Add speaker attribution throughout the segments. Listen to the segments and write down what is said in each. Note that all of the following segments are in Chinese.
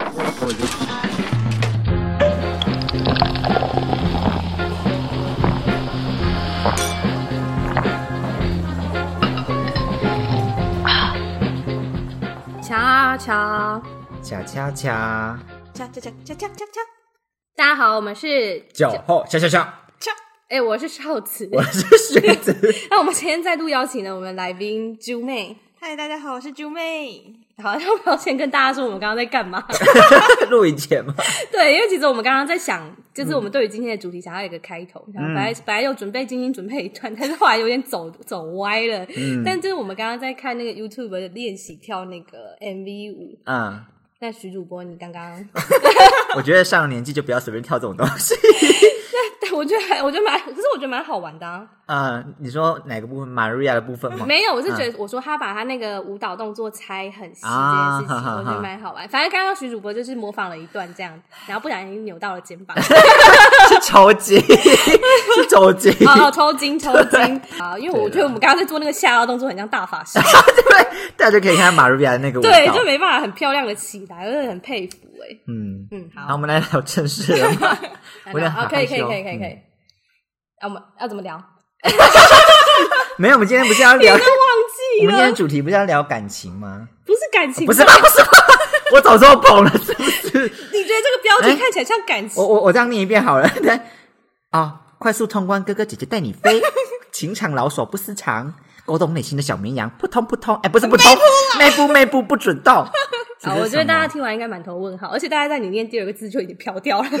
Speaker 1: 我就出。
Speaker 2: 瞧瞧，
Speaker 1: 恰恰
Speaker 2: 恰恰
Speaker 1: 恰，
Speaker 2: 恰恰恰恰恰。大家好，我们是
Speaker 1: 脚后哦恰恰恰，
Speaker 2: 恰。哎、我是少慈。
Speaker 1: 我是学子。
Speaker 2: 那我们今天再度邀请了我们来宾朱妹。
Speaker 3: 嗨，大家好，我是猪妹。
Speaker 2: 好，要不要先跟大家说我们刚刚在干嘛？
Speaker 1: 录影前嘛，
Speaker 2: 对，因为其实我们刚刚在想，就是我们对于今天的主题想要有一个开头，然后本来本来有准备精心准备一段，但是后来有点走走歪了。但就是我们刚刚在看那个 YouTube 的练习跳那个 MV 舞，
Speaker 1: 啊、
Speaker 2: 那徐主播你刚刚，
Speaker 1: 我觉得上了年纪就不要随便跳这种东西。
Speaker 2: 但我觉得还我觉得蛮，可是我觉得蛮好玩的、啊。
Speaker 1: 啊、你说哪个部分？玛瑞亚的部分吗？嗯
Speaker 2: 没有，我是觉得我说他把他那个舞蹈动作拆很细这件
Speaker 1: 啊
Speaker 2: 事情，
Speaker 1: 哈 哈哈
Speaker 2: 我觉得蛮好玩。反正刚刚徐主播就是模仿了一段这样，然后不小心扭到了肩 膀，
Speaker 1: 是抽 筋，是抽筋。
Speaker 2: 哦，哦抽筋抽筋啊！因为我觉得我们刚刚在做那个下腰动作，很像大法师，
Speaker 1: 对，大家就可以看玛瑞亚的那个舞蹈。
Speaker 2: 对，就没办法很漂亮的起来，真的很佩服哎、
Speaker 1: 嗯，
Speaker 2: 嗯，
Speaker 1: 好，我
Speaker 2: 好，
Speaker 1: 们来聊正事了 吗？我有点
Speaker 2: 好，
Speaker 1: 好
Speaker 2: 可以
Speaker 1: 害
Speaker 2: 可以
Speaker 1: 羞
Speaker 2: 可以可以可以
Speaker 1: 嗯。
Speaker 2: 啊，我们要怎么聊？
Speaker 1: 没有，我们今天不是要聊，我
Speaker 2: 忘记
Speaker 1: 们今天
Speaker 2: 了，
Speaker 1: 主题不是要聊感情吗？
Speaker 2: 不是感情，
Speaker 1: 不是吧？不 是吧，我早说捧了，是不是？
Speaker 2: 你觉得这个标
Speaker 1: 哎
Speaker 2: 题看起来像感情
Speaker 1: 我？我我这样念一遍好了。 对，啊、快速通关，哥哥姐姐带你 飞，情场老手不私藏，勾动内心的小绵羊，扑通扑通，哎，不是扑通，内部内部不准动。
Speaker 2: 啊，我觉得大家听完应该满头问号，而且大家在你念第二个字就已经飘掉了。
Speaker 1: 家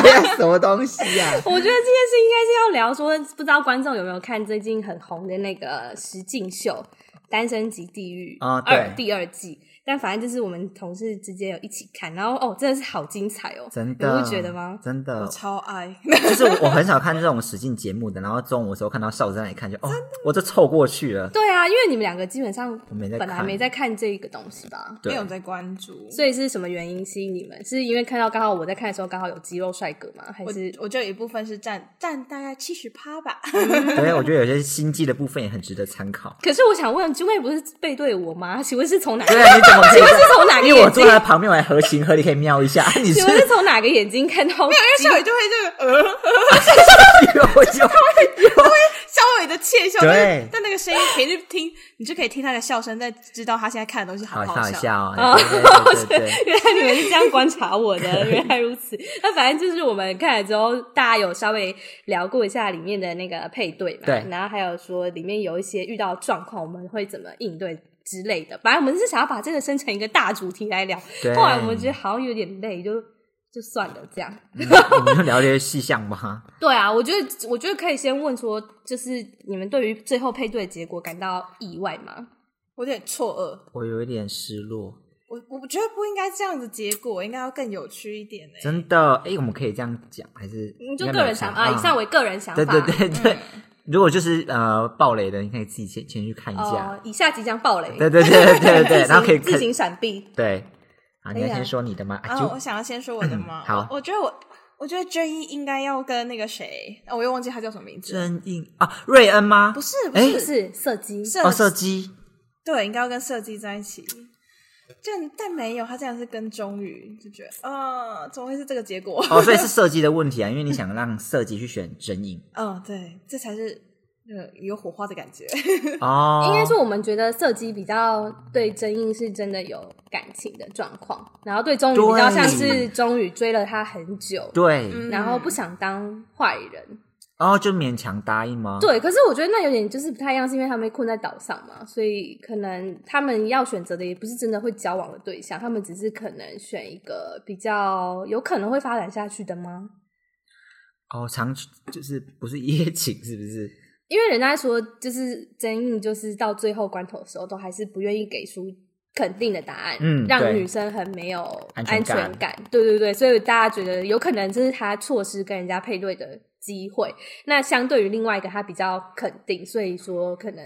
Speaker 1: 对呀，什么东西呀、
Speaker 2: 我觉得这件事应该是要聊说，不知道观众有没有看最近很红的那个石敬秀《单身级地狱》
Speaker 1: 啊对
Speaker 2: 二第二季。但反正就是我们同事之间有一起看，然后哦，真的是好精彩哦！
Speaker 1: 真的，
Speaker 2: 你不觉得吗？
Speaker 1: 真
Speaker 3: 我
Speaker 1: 的，
Speaker 3: 超爱，
Speaker 1: 就是我我很少看这种实境节目的，然后中午的时候看到少子在那里看，就哦，我就凑过去了。
Speaker 2: 对啊，因为你们两个基本上
Speaker 1: 我没在
Speaker 2: 本来
Speaker 1: 看
Speaker 2: 没在看这个东西吧？
Speaker 3: 没有
Speaker 1: 对，
Speaker 3: 在关注。
Speaker 2: 所以是什么原因吸引你们？是因为看到刚好我在看的时候刚好有肌肉帅哥吗？还
Speaker 3: 我
Speaker 2: 是
Speaker 3: 我就有一部分是占占大概七十趴吧，
Speaker 1: 对，我觉得有些心机的部分也很值得 参考。
Speaker 2: 可是我想问，君妹不是背对我吗？请问是从哪？
Speaker 1: 对啊，你怎么可以
Speaker 2: 是从哪个
Speaker 1: 因为我
Speaker 2: 眼睛
Speaker 1: 坐在他旁边，我还合情合理可以瞄 一下。你是
Speaker 2: 请问 是从哪个眼睛看到？没有，
Speaker 3: 因为小伟就会这个呃，
Speaker 1: 有 有
Speaker 3: 小伟的窃笑，
Speaker 1: 对
Speaker 3: 但是但那个声音可以去听，你就可以听他的笑声，再知道他现在看的东西好
Speaker 1: 好
Speaker 3: 不
Speaker 1: 笑一
Speaker 3: 笑。
Speaker 1: 下哦，对对对对对，
Speaker 2: 原来你们是这样观察我的， 原来如此。那反正就是我们看了之后，大家有稍微聊过一下里面的那个配对嘛，
Speaker 1: 对
Speaker 2: 然后还有说里面有一些遇到状况，我们会怎么应对之类的。反正我们是想要把这个生成一个大主题来聊，
Speaker 1: 对
Speaker 2: 后来我们觉得好像有点累，就就算了这样。
Speaker 1: 嗯你们就聊这些细项吧。
Speaker 2: 对啊，我觉得我觉得可以先问说，就是你们对于最后配对的结果感到意外吗？
Speaker 3: 我有点错愕，
Speaker 1: 我有一点失落，
Speaker 3: 我我觉得不应该这样子，结果应该要更有趣一点呢。
Speaker 1: 真的。哎，我们可以这样讲，还是
Speaker 2: 你嗯就个人想法，
Speaker 1: 应该没有差啊
Speaker 2: 以上为个人想法。嗯
Speaker 1: 对对对对。如果就是呃暴雷的，你可以自己先先去看一
Speaker 2: 哦
Speaker 1: 下。，
Speaker 2: 以下即将爆雷。
Speaker 1: 对对对对对对，
Speaker 2: 自行
Speaker 1: 然后可以
Speaker 2: 自
Speaker 1: 看
Speaker 2: 行哦闪避。
Speaker 1: 对。好，你
Speaker 2: 可以
Speaker 1: 要
Speaker 2: 啊
Speaker 1: 先说你的吗？
Speaker 3: 然
Speaker 1: 啊，
Speaker 3: 后我
Speaker 1: 就嗯
Speaker 3: 想要先说我的吗？
Speaker 1: 好
Speaker 3: 我我觉得我我觉得 J 一应该要跟那个谁，啊我又忘记他叫什么名字了，
Speaker 1: 真硬啊，瑞恩吗
Speaker 3: 不？是不
Speaker 1: 哎
Speaker 2: 不
Speaker 3: 是
Speaker 2: 是射击，
Speaker 3: 射
Speaker 1: 哦，射击
Speaker 3: 对，应该要跟设计在一起。但但没有，他竟然是跟钟宇，就觉得啊、怎么会是这个结果？
Speaker 1: 哦，所以是射击的问题啊，因为你想让射击去选 真硬
Speaker 3: 嗯，对，这才是呃有火花的感觉。
Speaker 1: 哦，
Speaker 2: 应该说我们觉得射击比较对真英是真的有感情的状况，然后对钟宇比较像是
Speaker 1: 对
Speaker 2: 钟宇追了他很久，
Speaker 1: 对，
Speaker 3: 嗯
Speaker 2: 然后不想当坏人。
Speaker 1: 然后就勉强答应吗？
Speaker 2: 对，可是我觉得那有点就是不太一样，是因为他们困在岛上嘛，所以可能他们要选择的也不是真的会交往的对象，他们只是可能选一个比较有可能会发展下去的吗？
Speaker 1: 哦，长就是不是夜景，是不是？
Speaker 2: 因为人家说，就是争议，就是到最后关头的时候，都还是不愿意给出肯定的答案，
Speaker 1: 嗯
Speaker 2: 让
Speaker 1: 对
Speaker 2: 女生很没有
Speaker 1: 安全
Speaker 2: 安全
Speaker 1: 感
Speaker 2: 感。对对对，所以大家觉得有可能这是他错失跟人家配对的机会。那相对于另外一个，他比较肯定，所以说可能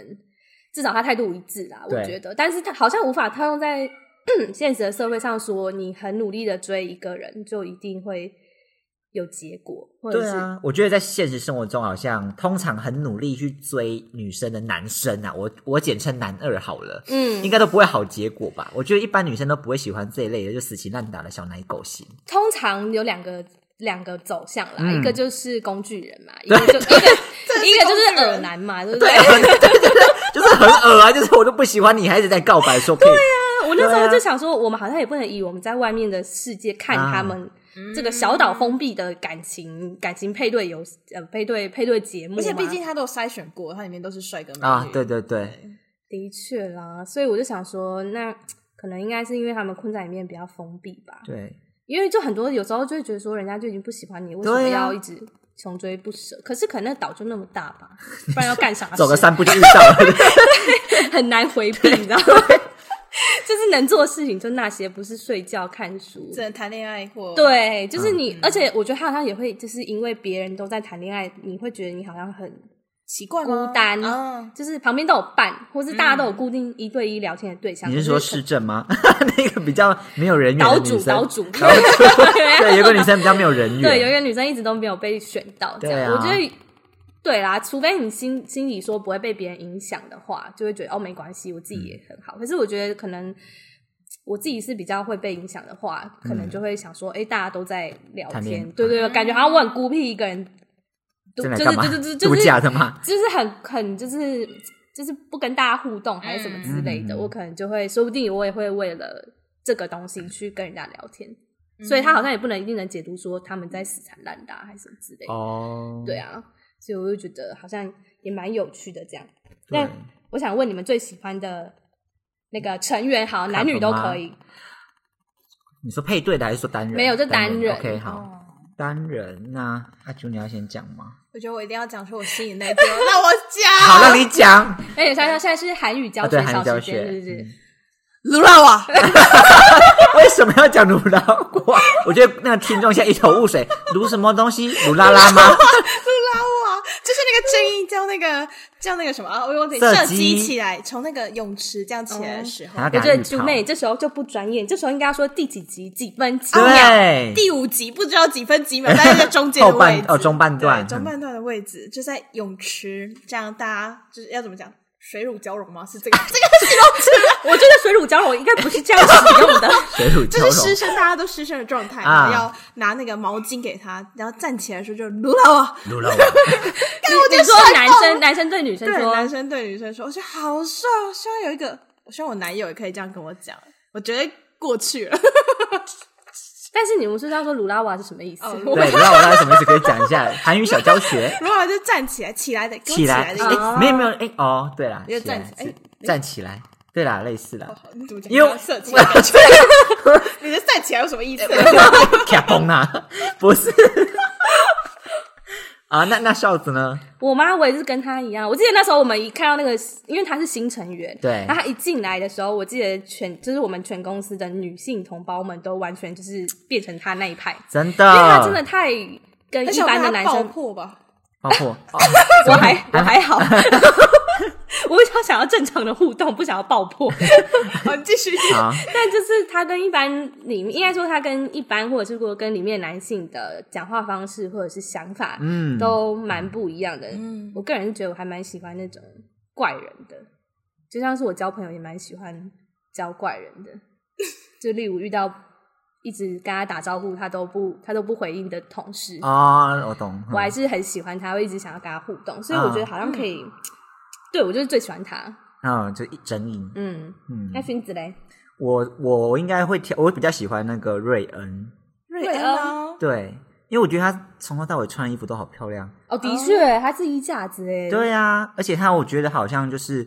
Speaker 2: 至少他态度一致啦，我
Speaker 1: 对
Speaker 2: 觉得。但是他好像无法套用在 现实的社会上说，你很努力的追一个人，就一定会有结果，或者
Speaker 1: 对
Speaker 2: 是
Speaker 1: 啊，我觉得在现实生活中，好像通常很努力去追女生的男生啊，我我简称男二好了，
Speaker 2: 嗯
Speaker 1: 应，该都不会好结果吧？我觉得一般女生都不会喜欢这一类的，就死缠烂打的小奶狗型。
Speaker 2: 通常有两个两个走向啦，
Speaker 1: 嗯
Speaker 2: 一个就是工具人嘛，一个就 一个一个就是耳男嘛，对不对？
Speaker 3: 啊
Speaker 1: 就是很恶啊！就是我都不喜欢你，还一直在告白说可以，
Speaker 2: 我那时
Speaker 1: 对
Speaker 2: 候
Speaker 1: 啊
Speaker 2: 就想说，我们好像也不能以我们在外面的世界看他
Speaker 1: 啊
Speaker 2: 们这个小岛封闭的感情感情配对游呃配对配对节目嘛，
Speaker 3: 而且毕竟他都有筛选过，它里面都是帅哥美女
Speaker 1: 啊，对对对，
Speaker 2: 的确啦，所以我就想说，那可能应该是因为他们困在里面比较封闭吧，
Speaker 1: 对，
Speaker 2: 因为就很多有时候就会觉得说，人家就已经不喜欢你，为什么
Speaker 1: 对啊
Speaker 2: 要一直穷追不舍？可是可能那岛就那么大吧，不然要干啥事？啊
Speaker 1: 走个三步就遇到了。
Speaker 2: 很难回避，你知道吗？ 就是能做的事情就那些，不是睡觉、看书。
Speaker 3: 只能谈恋爱或，
Speaker 2: 对，就是
Speaker 1: 嗯
Speaker 2: 你，而且我觉得他好像也会，就是因为别人都在谈恋爱，你会觉得你好像很，
Speaker 3: 奇怪吗
Speaker 2: 孤单
Speaker 1: 哦
Speaker 3: 啊，
Speaker 2: 就是旁边都有伴，或是大家都有固定一对一聊天的对象。
Speaker 1: 嗯你是
Speaker 2: 可
Speaker 1: 说
Speaker 2: 可
Speaker 1: 市政吗？ 那个比较没有人缘
Speaker 2: 啊岛
Speaker 1: 的女
Speaker 2: 主？
Speaker 1: 生，
Speaker 2: 岛主，
Speaker 1: 岛 主对，有个女生比较没有人缘，
Speaker 2: 对，有一个女生一直都没有被选到，这样、
Speaker 1: 对啊
Speaker 2: 我觉得。对啦，除非你心心里说不会被别人影响的话，就会觉得哦没关系，我自己也
Speaker 1: 嗯
Speaker 2: 很好。可是我觉得可能我自己是比较会被影响的话，可能就会想说，哎、大家都在聊
Speaker 1: 嗯谈恋
Speaker 2: 天
Speaker 1: 爱，
Speaker 2: 对对对，感觉好像我很孤僻一个人，就
Speaker 1: 真
Speaker 2: 就是
Speaker 1: 的干嘛？
Speaker 2: 就是就是
Speaker 1: 度
Speaker 2: 就是
Speaker 1: 假的吗？
Speaker 2: 就是很很就是就是不跟大家互动还是什么之类的，
Speaker 1: 嗯
Speaker 2: 我可能就会说不定我也会为了这个东西去跟人家聊天，所以他
Speaker 1: 嗯
Speaker 2: 好像也不能一定能解读说他们在死缠烂打还是什么之类的。
Speaker 1: 哦，
Speaker 2: 对啊，所以我就觉得好像也蛮有趣的这样。
Speaker 1: 对，
Speaker 2: 那我想问你们最喜欢的那个成员，好，男女都可以，
Speaker 1: 你说配对的还是说单人？
Speaker 2: 没有就单人
Speaker 1: OK，好，
Speaker 3: 哦
Speaker 1: 单人。那阿九，你要先讲吗？
Speaker 3: 我觉得我一定要讲出我心里 那一句，让我讲。
Speaker 1: 好，让你讲。
Speaker 2: 而且像哎像现在是韩语教
Speaker 1: 啊，
Speaker 2: 学
Speaker 1: 对，韩语
Speaker 2: 小
Speaker 1: 教
Speaker 2: 时
Speaker 1: 学
Speaker 2: 间，是不是？
Speaker 1: 嗯
Speaker 3: 卢拉瓦，
Speaker 1: 为什么要讲鲁拉瓜？我觉得那个听众现在一头雾水，鲁什么东西？鲁拉拉吗？
Speaker 3: 哇，就是那个正义叫那个叫那个什么啊，我忘记
Speaker 1: 射
Speaker 3: 射
Speaker 1: 击
Speaker 3: 击起来，从那个泳池这样起来的时候，
Speaker 1: 还要
Speaker 2: 我
Speaker 1: 打
Speaker 2: 觉得
Speaker 1: 浴
Speaker 2: 猪
Speaker 1: 袍
Speaker 2: 妹这时候就不专业，这时候应该要说第几集几分几秒。
Speaker 1: 对，
Speaker 3: 第五集不知道几分 几秒，但是在中间的
Speaker 1: 后
Speaker 3: 位
Speaker 1: 半
Speaker 3: 置，
Speaker 1: 哦中半段
Speaker 3: 对中半段的位置就在泳池，这样大家就是要怎么讲，水乳交融吗？是 这个这个形容词吗，
Speaker 2: 我觉得水乳交融应该不是这样使用 的。
Speaker 1: 水乳交
Speaker 3: 就
Speaker 1: 融
Speaker 3: 是湿身，大家都湿身的状态，
Speaker 1: 啊
Speaker 3: 然后要拿那个毛巾给他，然后站起来的时候就撸 了我，
Speaker 1: 鲁拉
Speaker 2: 你你说男生男生对女
Speaker 1: 啊
Speaker 2: 生
Speaker 3: 对
Speaker 2: 说，
Speaker 3: 男生对女生说，我觉得好帅哦，希望有一个，我希望我男友也可以这样跟我讲，我觉得过去了。
Speaker 2: 但是你们是不是要说鲁拉瓦是什么意思？
Speaker 3: 哦
Speaker 2: 我
Speaker 1: 对，鲁拉瓦是什么意思？可以讲一下韩语小教 学。
Speaker 3: 如果就站起来，起来的，给我
Speaker 1: 起
Speaker 3: 起
Speaker 1: 来，
Speaker 3: 来的意思。
Speaker 1: 哎，没有没有，哎哦，对啦，
Speaker 3: 又
Speaker 1: 起来
Speaker 3: 站起来哎
Speaker 1: 站起来，对啦，类似啦，
Speaker 3: 哦你怎么讲？
Speaker 1: 啊因为我
Speaker 3: 色情，
Speaker 1: 对，
Speaker 3: 你的站起来有什么意思？
Speaker 1: 卡崩啊，不是。 啊，那那哨子呢？
Speaker 2: 我妈我也是跟她一样，我记得那时候我们一看到那个，因为她是新成员，
Speaker 1: 对
Speaker 2: 那她一进来的时候，我记得全就是我们全公司的女性同胞们都完全就是变成她那一派，
Speaker 1: 真
Speaker 2: 因
Speaker 1: 的，
Speaker 2: 为她真的太跟
Speaker 3: 而
Speaker 2: 一
Speaker 3: 且我
Speaker 2: 般的
Speaker 3: 怕
Speaker 2: 男
Speaker 3: 爆
Speaker 2: 生
Speaker 3: 破吧，
Speaker 1: 包 括哦
Speaker 2: 我还我还 好，我比较想要正常的互动，不想要爆 破。
Speaker 3: 好，继续。
Speaker 1: 好，
Speaker 2: 但就是他跟一般里面，应该说他跟一般或者是说跟里面男性的讲话方式或者是想法，
Speaker 1: 嗯
Speaker 2: 都蛮不一样的。
Speaker 3: 嗯
Speaker 2: 我个人是觉得我还蛮喜欢那种怪人的，就像是我交朋友也蛮喜欢交怪人的，就例如遇到一直跟他打招呼，他都不他都不回应的同事，
Speaker 1: 哦，我懂，
Speaker 2: 我还是很喜欢他，会一直想要跟他互动，所以我
Speaker 1: 啊
Speaker 2: 觉得好像可以，对我就是最喜欢他。
Speaker 1: 嗯，就一整影，
Speaker 2: 嗯，
Speaker 1: 嗯
Speaker 2: 那，finz 嘞，
Speaker 1: 我我我应该会挑，我比较喜欢那个瑞恩，
Speaker 3: 瑞
Speaker 2: 瑞
Speaker 3: 恩
Speaker 2: 恩
Speaker 3: 哦，
Speaker 1: 对，因为我觉得她从头到尾穿的衣服都好漂亮，
Speaker 2: 哦，的确，他是衣架子哎，
Speaker 1: 对啊，而且她我觉得好像就是，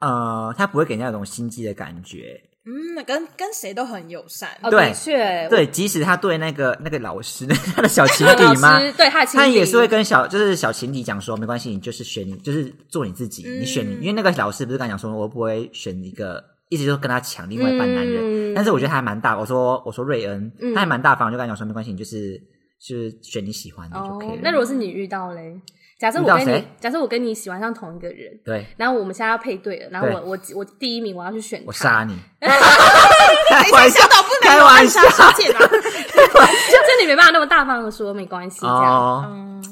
Speaker 1: 呃，她不会给人家有种心机的感觉，
Speaker 3: 嗯，跟跟谁都很友善。
Speaker 2: 哦，
Speaker 1: 对
Speaker 2: 的确，
Speaker 1: 对，即使她对那个那个老师， 她的小情
Speaker 2: 我，老
Speaker 1: 侣吗？
Speaker 2: 师对他的情
Speaker 1: 他也是会
Speaker 2: 侣
Speaker 1: 跟小就是小情敌讲说，没关系，你就是选你，就是做你自己，
Speaker 3: 嗯
Speaker 1: 你选你，因为那个老师不是跟他讲说，我不会选一个，一直就跟他抢另外一半男人。
Speaker 2: 嗯
Speaker 1: 但是我觉得他还蛮大，我说我说瑞恩，
Speaker 2: 嗯
Speaker 1: 他还蛮大方，就跟他讲说，没关系，你就是就是选你喜欢的就可以了。
Speaker 2: 哦那如果是你遇到嘞，假设
Speaker 1: 遇
Speaker 2: 我
Speaker 1: 到
Speaker 2: 跟
Speaker 1: 谁
Speaker 2: 你，假设我跟你喜欢上同一个人，
Speaker 1: 对，
Speaker 2: 然后我们现在要配对了，然后
Speaker 1: 对
Speaker 2: 我我我第一名我要去选
Speaker 1: 我
Speaker 2: 他，
Speaker 1: 杀 你！
Speaker 3: 哎
Speaker 1: 开玩笑，开玩笑，
Speaker 3: 界 吧。
Speaker 2: 这你没办法那么大方的说，没关系，这样
Speaker 1: 哦，
Speaker 3: 嗯，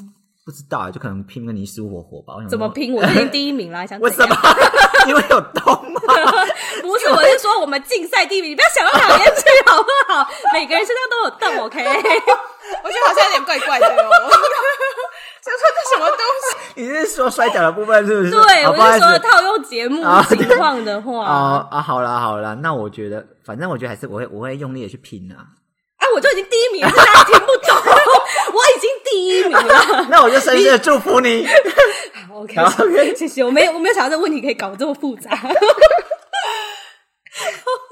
Speaker 1: 不知道啊，就可能拼个你死我活吧。我想说
Speaker 2: 怎么？拼？我最近第一名啦，想
Speaker 1: 为
Speaker 2: 怎
Speaker 1: 什
Speaker 2: 样
Speaker 1: 么？？ 因为有洞吗？
Speaker 2: 不是，我是说我们竞赛第一名，你不要想到两边去好不好？每个人身上都有洞，OK？
Speaker 3: 我觉得好像有点怪怪的哦。 想说这什么东西？
Speaker 1: 你是说摔跤的部分是不是？
Speaker 2: 对，
Speaker 1: 好
Speaker 2: 我
Speaker 1: 啊不好
Speaker 2: 是
Speaker 1: 意
Speaker 2: 说
Speaker 1: 思。
Speaker 2: 套用节目
Speaker 1: 啊
Speaker 2: 情况的话，
Speaker 1: 哦啊，好啦好啦，那我觉得，反正我觉得还是我会我会用力的去拼啊。
Speaker 2: 哎，我就已经第一名了，是大家听不懂， 我已经第一名了。
Speaker 1: 那我就深深的祝福你。
Speaker 2: OK，
Speaker 1: 好，OK
Speaker 2: 谢谢。我没有，我没有想到这个问题可以搞得这么复杂。
Speaker 1: 好，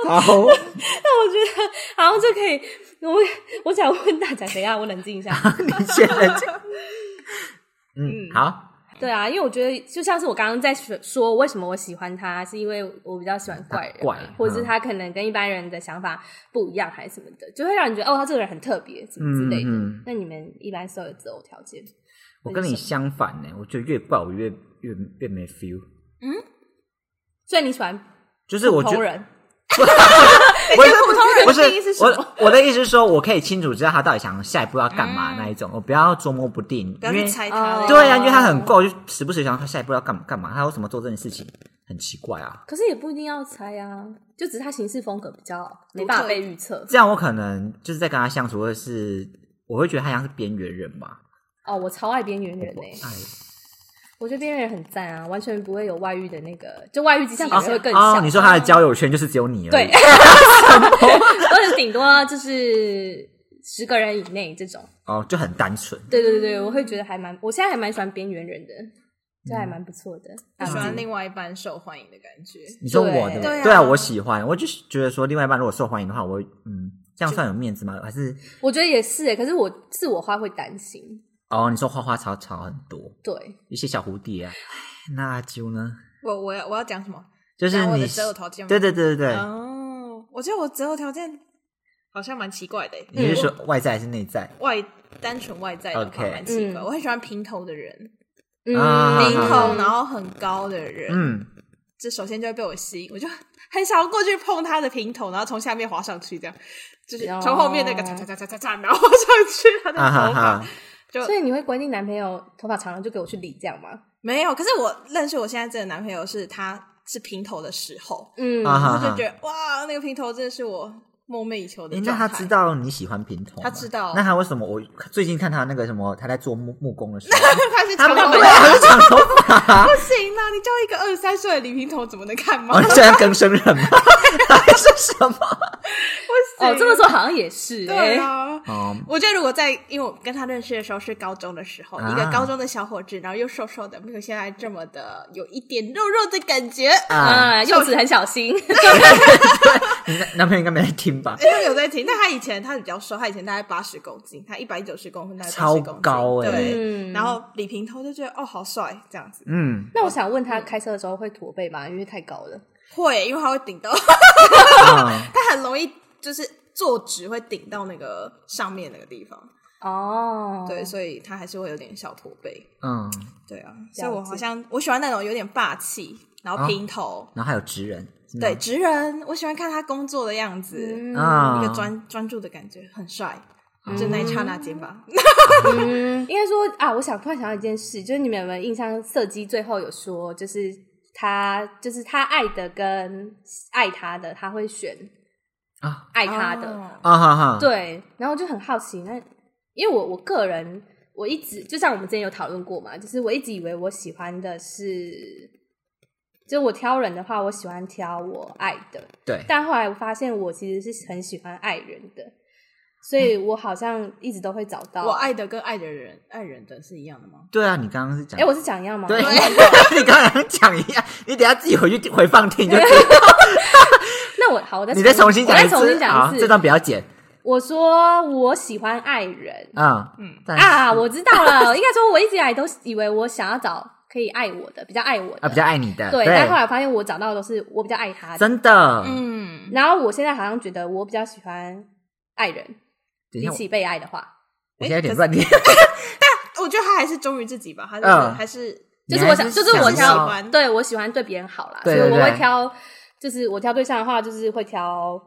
Speaker 2: 那我觉得好像就可以。我我想问大家，等一下我冷静一下。
Speaker 1: 你现在讲，嗯，好，
Speaker 2: 对啊，因为我觉得就像是我刚刚在说说为什么我喜欢他，是因为我比较喜欢怪人啊，
Speaker 1: 他怪嗯
Speaker 2: 或者是他可能跟一般人的想法不一样，还是什么的，就会让你觉得哦，他这个人很特别，什么之类的。
Speaker 1: 嗯嗯嗯
Speaker 2: 那你们一般是有择偶条件？
Speaker 1: 我跟你相反呢，我觉得越怪我越越越没 feel，
Speaker 2: 所以你喜欢
Speaker 1: 就是我
Speaker 2: 普
Speaker 1: 觉
Speaker 2: 通
Speaker 1: 得
Speaker 2: 人，
Speaker 1: 不是
Speaker 3: 普通人
Speaker 1: 不是
Speaker 3: 的定义是什么
Speaker 1: 我我的意思是说，我可以清楚知道他到底想下一步要干嘛
Speaker 3: 嗯
Speaker 1: 那一种，我不要捉摸不定，
Speaker 3: 不
Speaker 1: 因
Speaker 3: 要去
Speaker 1: 为
Speaker 3: 猜他
Speaker 2: 哦
Speaker 3: 了。
Speaker 1: 对啊，因为他很怪，我就时不时想他下一步要干嘛干嘛，他为什么做这件事情，很奇怪啊。
Speaker 2: 可是也不一定要猜啊，就只是他行事风格比较没办法被预测。
Speaker 1: 这样我可能就是在跟他相处，或者是我会觉得他像是边缘人吧。
Speaker 2: 哦，我超爱边缘人欸诶、
Speaker 1: 哎，
Speaker 2: 我觉得边缘人很赞啊，完全不会有外遇的那个，就外遇迹象可能会更小。嗯
Speaker 1: 哦，你说他的交友圈就是只有你而已。
Speaker 2: 对，或者顶多就是十个人以内这种。
Speaker 1: 哦，就很单纯。
Speaker 2: 对对对，我会觉得还蛮，我现在还蛮喜欢边缘人的，这还蛮不错的。啊
Speaker 3: 我喜欢另外一半受欢迎的感觉。
Speaker 1: 你说我的，
Speaker 2: 对
Speaker 3: 对啊
Speaker 1: 对啊，我喜欢，我就是觉得说另外一半如果受欢迎的话，我会嗯，这样算有面子吗？还是
Speaker 2: 我觉得也是欸诶，可是我是我花会担心。
Speaker 1: 哦，你说花花草草很多，
Speaker 2: 对，
Speaker 1: 一些小蝴蝶啊，那就呢，
Speaker 3: 我我要我要讲什么？
Speaker 1: 就是
Speaker 3: 讲我
Speaker 1: 你
Speaker 3: 的择偶条件吗？
Speaker 1: 对对对对对，
Speaker 2: 嗯
Speaker 3: 哦，我觉得我择偶条件好像蛮奇怪的耶，
Speaker 1: 你是说外在还是内在？
Speaker 3: 外单纯外在的话
Speaker 1: OK
Speaker 3: 蛮奇怪。
Speaker 2: 嗯
Speaker 3: 我很喜欢平头的人，
Speaker 2: 嗯，
Speaker 1: 啊
Speaker 3: 平头
Speaker 1: 好
Speaker 3: 然后很高的人，
Speaker 1: 嗯，
Speaker 3: 这首先就会被我吸引，我就 很想要过去碰他的平头，然后从下面滑上去，这样就是
Speaker 2: 哦
Speaker 3: 从后面那个嚓嚓嚓嚓嚓嚓，然后滑上去他的
Speaker 1: 啊哈
Speaker 3: 头发。
Speaker 1: 哈，
Speaker 2: 所以你会规定男朋友头发长了就给我去理这样吗？
Speaker 3: 没有，可是我认识我现在这个男朋友是他是平头的时候，
Speaker 2: 嗯，
Speaker 1: 啊哈
Speaker 3: 我
Speaker 1: 哈
Speaker 3: 就觉。得哇，那个平头真的是我梦寐以求的
Speaker 1: 诶那
Speaker 3: 状态。
Speaker 1: 他知道你喜欢平头吗？
Speaker 3: 他知道
Speaker 1: 那他为什么？我最近看他那个什么，他在做木木工的时 候，
Speaker 3: 他是
Speaker 1: 他
Speaker 3: 长
Speaker 1: 木
Speaker 3: 头
Speaker 1: 工
Speaker 3: 发，
Speaker 1: 他是长头发，
Speaker 3: 不行啦！你叫一个二十三岁的李平头怎么能看吗？
Speaker 1: 哦，你现在更生人吗？ 还是什 么？
Speaker 3: 不行
Speaker 2: 哦，这么说好像也是
Speaker 3: 对
Speaker 2: 诶。
Speaker 3: 啊。
Speaker 1: 哦，
Speaker 3: 我觉得如果在，因为我跟他认识的时候是高中的时候，
Speaker 1: 啊
Speaker 3: 一个高中的小伙子，然后又瘦瘦的，没有现在这么的有一点肉肉的感觉。
Speaker 1: 啊，
Speaker 3: 哎
Speaker 2: 啊，用词很小 心。
Speaker 1: 你男男朋友应该没在听吧？
Speaker 3: 因为有在听，但他以前他比较瘦，他以前大概八十公斤，他一百九十公分，大概80
Speaker 1: 超
Speaker 3: 公斤
Speaker 1: 高欸
Speaker 3: 对，
Speaker 2: 嗯，
Speaker 3: 然后李平头就觉得哦好帅这样子，
Speaker 1: 嗯，
Speaker 2: 那我想问他开车的时候会驼背吗？因为太高了。
Speaker 3: 会因为他会顶到，
Speaker 1: 啊
Speaker 3: 他很容易就是坐直会顶到那个上面那个地方，
Speaker 2: 哦，
Speaker 3: 对，所以他还是会有点小驼背。
Speaker 1: 嗯，
Speaker 3: 对啊，
Speaker 2: 解
Speaker 3: 所以我好像我喜欢那种有点霸气，然
Speaker 1: 哦
Speaker 3: 后平头，
Speaker 1: 然后还有职人，是吗
Speaker 3: 对，职人，我喜欢看他工作的样子，
Speaker 2: 嗯
Speaker 1: 啊，
Speaker 3: 一个专专注的感觉，很帅，就那一刹那间吧。
Speaker 2: 嗯，应该说啊，我想突然想到一件事，就是你们有没有印象？色基最后有说，就是他就是他爱的跟爱他的，他会选
Speaker 1: 啊
Speaker 2: 爱他的。
Speaker 3: 哦
Speaker 1: 啊哈哈，
Speaker 2: 对，然后我就很好奇，那因为我我个人我一直就像我们之前有讨论过嘛，就是我一直以为我喜欢的是，就我挑人的话，我喜欢挑我爱的，
Speaker 1: 对，
Speaker 2: 但后来我发现我其实是很喜欢爱人的，所以
Speaker 3: 嗯
Speaker 2: 我好像一直都会找到
Speaker 3: 哦我。爱的跟爱的人，爱人的是一样的吗？
Speaker 1: 对啊，你刚刚是讲
Speaker 2: 哎、，我是讲一样吗？
Speaker 1: 对， 你刚刚讲一下，你等一下自己回去回放听就 可以。
Speaker 2: 那我好，我再
Speaker 1: 你再重新讲
Speaker 2: 我
Speaker 1: 一
Speaker 2: 再
Speaker 1: 次，
Speaker 2: 重新讲
Speaker 1: 好
Speaker 2: 一
Speaker 1: 这
Speaker 2: 次。
Speaker 1: 段不要剪
Speaker 2: 我说我喜欢爱人
Speaker 1: 啊。
Speaker 3: 嗯
Speaker 1: 但
Speaker 2: 啊，我知道了。应该说，我一直以来都以为我想要找可以爱我的，比较爱我的，
Speaker 1: 啊比较爱你的，
Speaker 2: 对。
Speaker 1: 对，
Speaker 2: 但后来发现我找到的都是我比较爱他的。
Speaker 1: 真的，
Speaker 3: 嗯，
Speaker 2: 然后我现在好像觉得我比较喜欢爱人，
Speaker 1: 等一
Speaker 2: 比
Speaker 1: 下我
Speaker 2: 起被爱的话，
Speaker 1: 我现在有点乱念。
Speaker 3: 我觉得他还是忠于自己吧，他是、
Speaker 1: 嗯
Speaker 3: 还是
Speaker 2: 就是我想，
Speaker 1: 你还
Speaker 2: 就是是我
Speaker 1: 想
Speaker 2: 挑，
Speaker 1: 要
Speaker 3: 喜欢
Speaker 2: 对我喜欢对别人好啦，
Speaker 1: 对
Speaker 2: 所以
Speaker 1: 对
Speaker 2: 我会
Speaker 1: 对
Speaker 2: 挑，就是我挑对象的话，就是会挑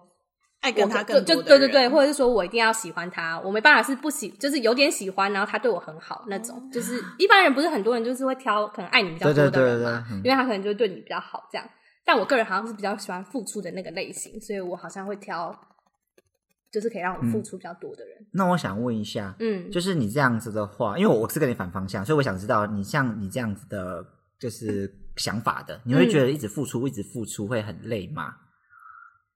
Speaker 3: 爱
Speaker 2: 我
Speaker 3: 跟他
Speaker 2: 就
Speaker 3: 更
Speaker 2: 就
Speaker 3: 多
Speaker 2: 对
Speaker 3: 的
Speaker 2: 对
Speaker 3: 人
Speaker 2: 对，或者是说我一定要喜欢他，我没办法是不喜，就是有点喜欢，然后他对我很好那
Speaker 3: 哦
Speaker 2: 种，就是一般人不是很多人就是会挑可能爱你比较
Speaker 1: 对
Speaker 2: 多
Speaker 1: 对
Speaker 2: 的人
Speaker 1: 对对，
Speaker 2: 嘛，
Speaker 1: 嗯
Speaker 2: 因为他可能就会对你比较好这样。但我个人好像是比较喜欢付出的那个类型，所以我好像会挑，就是可以让我付出比较多的人。
Speaker 1: 那我想问一下，
Speaker 2: 嗯，
Speaker 1: 就是你这样子的话，因为我我是跟你反方向，所以我想知道你像你这样子的，就是想法的，你会觉
Speaker 2: 嗯
Speaker 1: 得一直付出、一直付出会很累吗？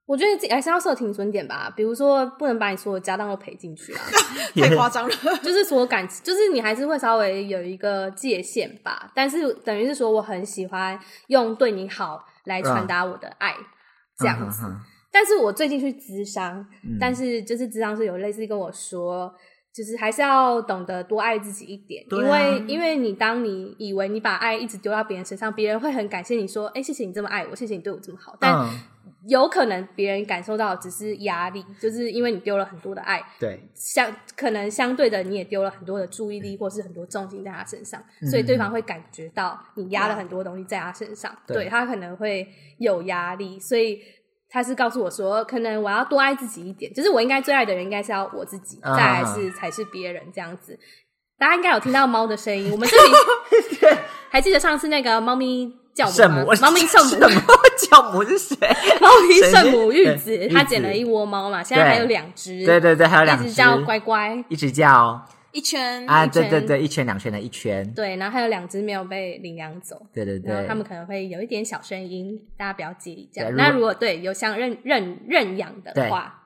Speaker 2: 我觉得自己还是要设停损点吧，比如说不能把你所有家当都赔进去啊，
Speaker 3: 太夸张了，
Speaker 2: 就是所有感情，就是你还是会稍微有一个界限吧。但是等于是说，我很喜欢用对你好来传达我的爱，这样子。
Speaker 1: 嗯哼
Speaker 2: 但是我最近去咨商，
Speaker 1: 嗯
Speaker 2: 但是就是咨商是有类似跟我说，就是还是要懂得多爱自己一点，因
Speaker 1: 对啊
Speaker 2: 为因为你当你以为你把爱一直丢到别人身上，别人会很感谢你说，哎、谢谢你这么爱我，谢谢你对我这么好，但。
Speaker 1: 嗯
Speaker 2: 有可能别人感受到的只是压力，就是因为你丢了很多的爱，
Speaker 1: 对，
Speaker 2: 相可能相对的，你也丢了很多的注意力，或是很多重心在他身上，
Speaker 1: 嗯
Speaker 2: 所以对方会感觉到你压了很多东西在他身上，
Speaker 1: 对
Speaker 2: 对他可能会有压力，所以他是告诉我说，可能我要多爱自己一点，就是我应该最爱的人应该是要我自己，
Speaker 1: 啊
Speaker 2: 再来是才是别人这样子。大家应该有听到猫的声音，我们这里 还记得上次那个猫咪教母
Speaker 1: 圣
Speaker 2: 吗
Speaker 1: 母，
Speaker 2: 猫咪圣母，
Speaker 1: 圣母教母是谁？
Speaker 2: 猫咪圣母玉
Speaker 1: 谁
Speaker 2: 子，
Speaker 1: 玉
Speaker 2: 她
Speaker 1: 子
Speaker 2: 捡了一窝猫嘛，现在还有两只，
Speaker 1: 对对对，还有两
Speaker 2: 一
Speaker 1: 只
Speaker 2: 直叫乖乖。
Speaker 1: 一直叫哦
Speaker 3: 一圈
Speaker 1: 啊，
Speaker 2: 嗯一圈
Speaker 1: 对对对，一圈两圈的一圈，
Speaker 2: 对，然后还有两只没有被领养走，
Speaker 1: 对对
Speaker 2: 然后
Speaker 1: 对，
Speaker 2: 他们可能会有一点小声音，大家不要介意这样。
Speaker 1: 对如果
Speaker 2: 那如果对有想认认认养的话，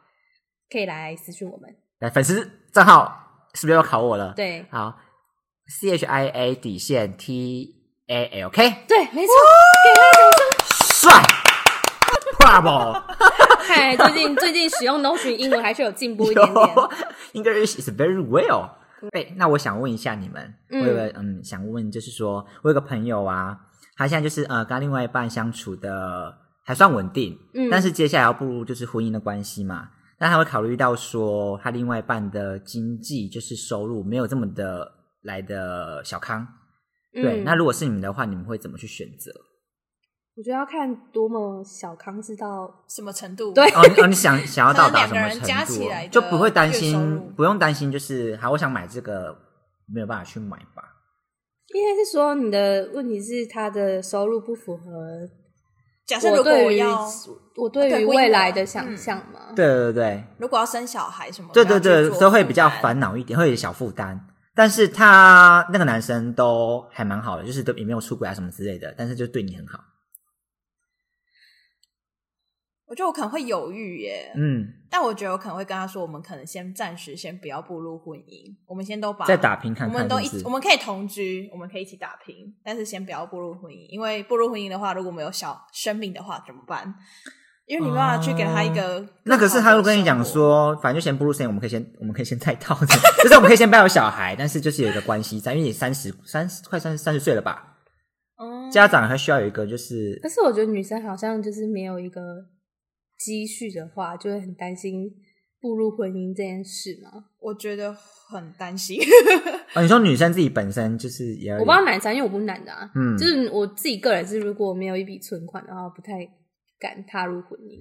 Speaker 2: 可以来私讯我们。
Speaker 1: 来粉丝账号是不是要考我了？，
Speaker 2: 对
Speaker 1: 好，C H I A 底线 T A L K，
Speaker 2: 对，没错。
Speaker 1: 帅，Bravo，
Speaker 2: 看来最近最近使用 Notion 英文还是有进步一点点。
Speaker 1: 有 English is very well。哎，那我想问一下你们，我
Speaker 2: 嗯
Speaker 1: 有个嗯想问，就是说我有个朋友啊，他现在就是呃跟他另外一半相处的还算稳定，
Speaker 2: 嗯
Speaker 1: 但是接下来要步入就是婚姻的关系嘛，那他会考虑到说他另外一半的经济就是收入没有这么的来的小康，对，
Speaker 2: 嗯
Speaker 1: 那如果是你们的话，你们会怎么去选择？
Speaker 2: 我觉得要看多么小康是到
Speaker 3: 什么程度？
Speaker 2: 对
Speaker 1: 哦，你哦你想想要到达什么程
Speaker 3: 可能两个人加
Speaker 1: 度
Speaker 3: 起
Speaker 1: 哦
Speaker 3: 来？的
Speaker 1: 就不会担
Speaker 3: 月收入
Speaker 1: 心，不用担心，就是好，我想买这个没有办法去买吧？
Speaker 2: 应该是说你的问题是他的收入不符合
Speaker 1: 啊
Speaker 3: 假设
Speaker 2: 我
Speaker 3: 如果我
Speaker 2: 对于
Speaker 3: 要
Speaker 2: 我对于
Speaker 3: 对婚姻
Speaker 2: 未来
Speaker 3: 的
Speaker 2: 的想
Speaker 3: 嗯
Speaker 2: 象嘛。
Speaker 1: 对对对
Speaker 3: 如果要生小孩什么，
Speaker 1: 对
Speaker 3: 我
Speaker 1: 对
Speaker 3: 要去
Speaker 1: 对
Speaker 3: 做
Speaker 1: 对，都会比较
Speaker 3: 负担。
Speaker 1: 烦恼一点，会有点小负担。但是他那个男生都还蛮好的，就是都也没有出轨啊什么之类的，但是就对你很好。
Speaker 3: 我觉得我可能会犹豫耶，
Speaker 1: 嗯，
Speaker 3: 但我觉得我可能会跟他说，我们可能先暂时先不要步入婚姻，我们先都把
Speaker 1: 再打拼看
Speaker 3: 我
Speaker 1: 看
Speaker 3: 们
Speaker 1: 是
Speaker 3: 都
Speaker 1: 不
Speaker 3: 一起，
Speaker 1: 是
Speaker 3: 我？们可以同居，我们可以一起打拼，但是先不要步入婚姻，因为步入婚姻的话，如果没有小生命的话怎么办？因为你没办法去给他一个、
Speaker 1: 哦那可是他会跟你讲，说，反正就先步入生，我们可以先我们可以先再套，就是我们可以先不要有小孩，但是就是有一个关系在，因为你三十三十快三三十岁了吧，
Speaker 3: 嗯，
Speaker 1: 家长还需要有一个就是
Speaker 2: 可是我觉得女生好像就是没有一个积蓄的话，就会很担心步入婚姻这件事嘛。
Speaker 3: 我觉得很担心，
Speaker 1: 哦，你说女生自己本身就是也有，
Speaker 2: 我不知道男生，因为我不是男的啊。
Speaker 1: 嗯
Speaker 2: 就是我自己个人是，如果没有一笔存款的话，不太敢踏入婚 姻。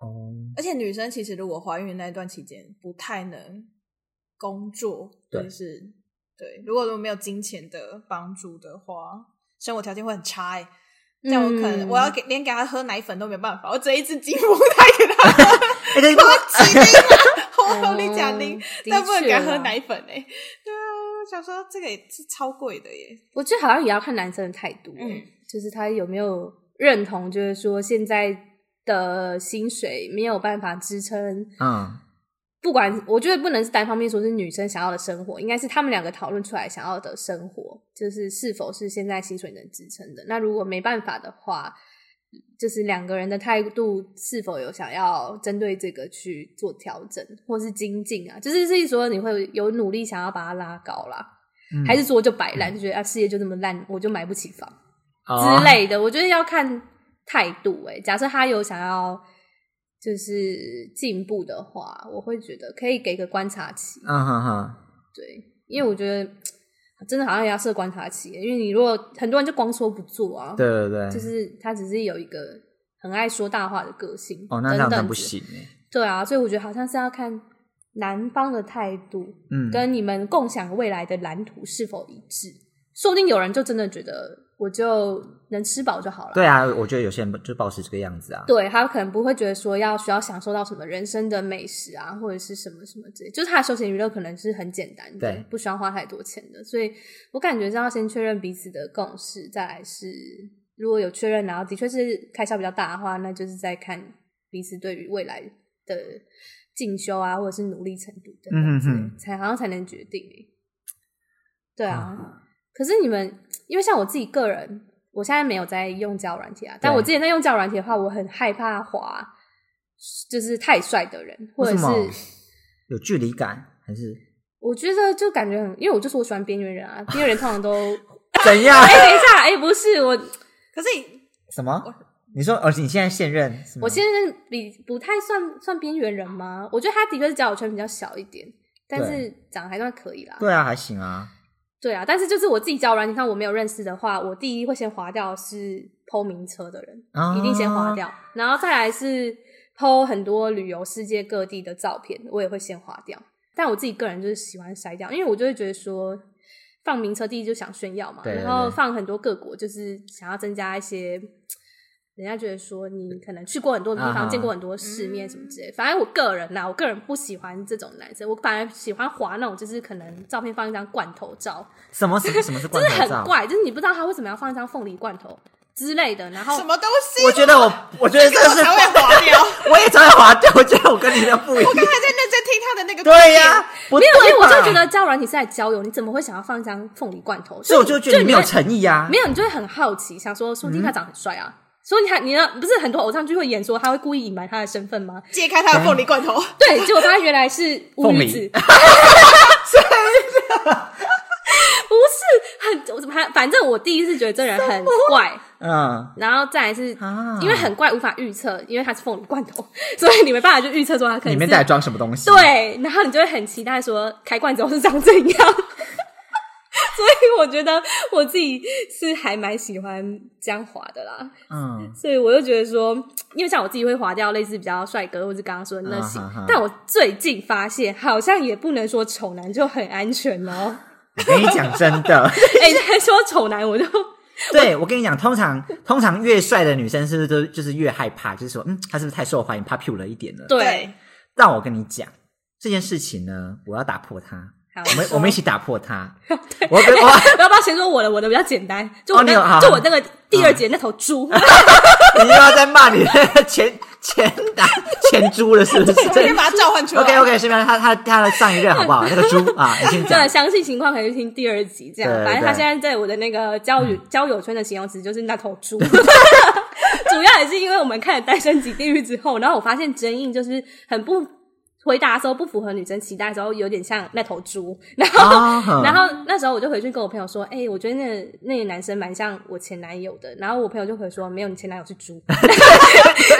Speaker 1: 哦，
Speaker 3: 而且女生其实如果怀孕那段期间不太能工作，
Speaker 1: 对
Speaker 3: 就是对，如果如果没有金钱的帮助的话，生活条件会很差哎、这样我可能、
Speaker 2: 嗯
Speaker 3: 我要给连给他喝奶粉都没办法，我只有一只吉姆奶给他喝，
Speaker 1: 哎、对，
Speaker 3: 我吉林啊， 我喝利甲林
Speaker 2: 哦，
Speaker 3: 但不能给他喝。
Speaker 2: 的确啦
Speaker 3: 奶粉哎、对啊，我想说这个也是超贵的耶。
Speaker 2: 我觉得好像也要看男生的态度、欸
Speaker 3: 嗯
Speaker 2: 就是他有没有认同，就是说现在的薪水没有办法支撑
Speaker 1: 嗯，
Speaker 2: 不管我觉得不能是单方面说是女生想要的生活，应该是他们两个讨论出来想要的生活，就是是否是现在薪水能支撑的。那如果没办法的话，就是两个人的态度是否有想要针对这个去做调整，或是精进啊？就是是说你会有努力想要把它拉高啦，
Speaker 1: 嗯
Speaker 2: 还是说就摆烂，就觉得啊事业就这么烂，我就买不起房？
Speaker 1: 哦
Speaker 2: 之类的，我觉得要看态度、欸。假设他有想要就是进步的话，我会觉得可以给个观察期，
Speaker 1: 嗯哼哼，
Speaker 2: 对，因为我觉得真的好像也要设观察期，欸因为你如果很多人就光说不做啊，
Speaker 1: 对对对，
Speaker 2: 就是他只是有一个很爱说大话的个性，
Speaker 1: 哦，那
Speaker 2: 等
Speaker 1: 那那
Speaker 2: 等
Speaker 1: 不
Speaker 2: 之
Speaker 1: 行欸
Speaker 2: 对啊，所以我觉得好像是要看男方的态度
Speaker 1: 嗯，
Speaker 2: 跟你们共享未来的蓝图是否一致。说不定有人就真的觉得我就能吃饱就好了。
Speaker 1: 对啊，我觉得有些人就保持这个样子啊，
Speaker 2: 对他可能不会觉得说要需要享受到什么人生的美食啊，或者是什么什么之类，就是他的休闲娱乐可能是很简单的
Speaker 1: 对，
Speaker 2: 不需要花太多钱的。所以我感觉是要先确认彼此的共识，再来是如果有确认，然后的确是开销比较大的话，那就是再看彼此对于未来的进修啊，或者是努力程度等等之类的，
Speaker 1: 嗯哼
Speaker 2: 才好像才能决定、欸。对啊，可是你们因为像我自己个人，我现在没有在用交友软体啊，但我之前在用交友软体的话，我很害怕滑，就是太帅的人，或者
Speaker 1: 为什
Speaker 2: 是
Speaker 1: 么有距离感还是
Speaker 2: 我觉得就感觉很，因为我就说我喜欢边缘人啊，边缘人通 常都，
Speaker 1: 怎 样？
Speaker 2: 哎、等一下，哎、不是我，
Speaker 1: 嗯
Speaker 3: 可是你
Speaker 1: 什么？你说哦，你现在现任？是吗
Speaker 2: 我现在比不太算算边缘人吗？我觉得他的确是交友圈比较小一点，但是长得还算可以啦。
Speaker 1: 对啊，还行啊，
Speaker 2: 对啊，但是就是我自己交友软体上我没有认识的话，我第一会先划掉是剖名车的人，
Speaker 1: 啊
Speaker 2: 一定先划掉，然后再来是剖很多旅游世界各地的照片，我也会先划掉。但我自己个人就是喜欢筛掉，因为我就会觉得说放名车第一就想炫耀嘛，
Speaker 1: 对对
Speaker 2: 然后
Speaker 1: 对
Speaker 2: 放很多各国就是想要增加一些。人家觉得说你可能去过很多的地
Speaker 1: 啊
Speaker 2: 方，
Speaker 1: 哈嗯
Speaker 2: 见过很多世面什么之类。反正我个人呐、我个人不喜欢这种男生，我反而喜欢滑那种，就是可能照片放一张罐头照，
Speaker 1: 什么什么什么是 罐
Speaker 2: 真的
Speaker 1: 头
Speaker 2: 很
Speaker 1: 照？
Speaker 2: 怪，就是你不知道他为什么要放一张凤梨罐头之类的。然后
Speaker 3: 什么东西？
Speaker 1: 哦我觉得 我，我觉得这
Speaker 3: 我
Speaker 1: 是
Speaker 3: 才会划掉。
Speaker 1: 我也常常滑掉，我觉得我跟你的不一
Speaker 3: 我
Speaker 1: 样。
Speaker 3: 刚才在认真听他的那个，
Speaker 1: 对呀、不
Speaker 2: 没
Speaker 1: 对
Speaker 2: 有，因为我
Speaker 1: 吧
Speaker 2: 就觉，得交友软体是在交友，你怎么会想要放一张凤梨罐头？
Speaker 1: 所以我就觉得你没有
Speaker 2: 会
Speaker 1: 诚意啊。嗯
Speaker 2: 没有，你就会很好奇，想说说不定他长得很帅啊。所以你还你呢？不是很多偶像剧会演说他会故意隐瞒他的身份吗？
Speaker 3: 揭开他的凤梨罐头，
Speaker 2: 对，结果发现原来是乌
Speaker 1: 凤
Speaker 2: 鱼
Speaker 1: 梨
Speaker 2: 子， 不是很我怎么还反正我第一次觉得这人很怪，
Speaker 1: 嗯，
Speaker 2: 然后再来是、
Speaker 1: 啊
Speaker 2: 因为很怪无法预测，因为他是凤梨罐头，所以你没办法去预测说他可能
Speaker 1: 里面
Speaker 2: 是
Speaker 1: 在装什么东西？，
Speaker 2: 对，然后你就会很期待说开罐之后是长怎样。 所以我觉得我自己是还蛮喜欢这样滑的啦，
Speaker 1: 嗯，
Speaker 2: 所以我就觉得说，因为像我自己会滑掉类似比较帅哥或是刚刚说的那型，
Speaker 1: 啊哈哈
Speaker 2: 但我最近发现好像也不能说丑男就很安全 哦。
Speaker 1: 我跟你讲真 的，
Speaker 2: 哎、你还说丑男，我就
Speaker 1: 对我跟你讲，通常通常越帅的女生是不是都就是越害怕，就是说，嗯，她是不是太受欢迎，popular 一点了？
Speaker 2: 对，
Speaker 1: 让我跟你讲这件事情呢，我要打破它。
Speaker 2: 好，
Speaker 1: 我们
Speaker 2: 说哦
Speaker 1: 我们一起打破 它。我跟我
Speaker 2: 我要不要先说我的？我的比较简单，就我
Speaker 1: 哦你
Speaker 2: 那、
Speaker 1: 有好嗯
Speaker 2: 就我那个第二节那头猪，
Speaker 1: 你又要在骂你的 前前男前猪了，是 不
Speaker 3: 我们先
Speaker 1: 是
Speaker 3: 把它召唤出来。
Speaker 1: ？OK OK，顺便他他他的上一任好不好？那个猪啊，你先
Speaker 2: 真的
Speaker 1: 讲。
Speaker 2: 详细情况可以去听第二集，这样。
Speaker 1: 对对
Speaker 2: 反正他
Speaker 1: 对嗯
Speaker 2: 现在在我的那个交友、交友圈的形容词就是那头猪。 主要也是因为我们看了《单身级地狱》之后，然后我发现真印就是很不回答的时候不符合女生期待的时候，有点像那头猪。然后、
Speaker 1: 啊哼
Speaker 2: 然后那时候我就回去跟我朋友说：“哎、我觉得那个那个男生蛮像我前男友的。”然后我朋友就会说：“没有，你前男友是猪。”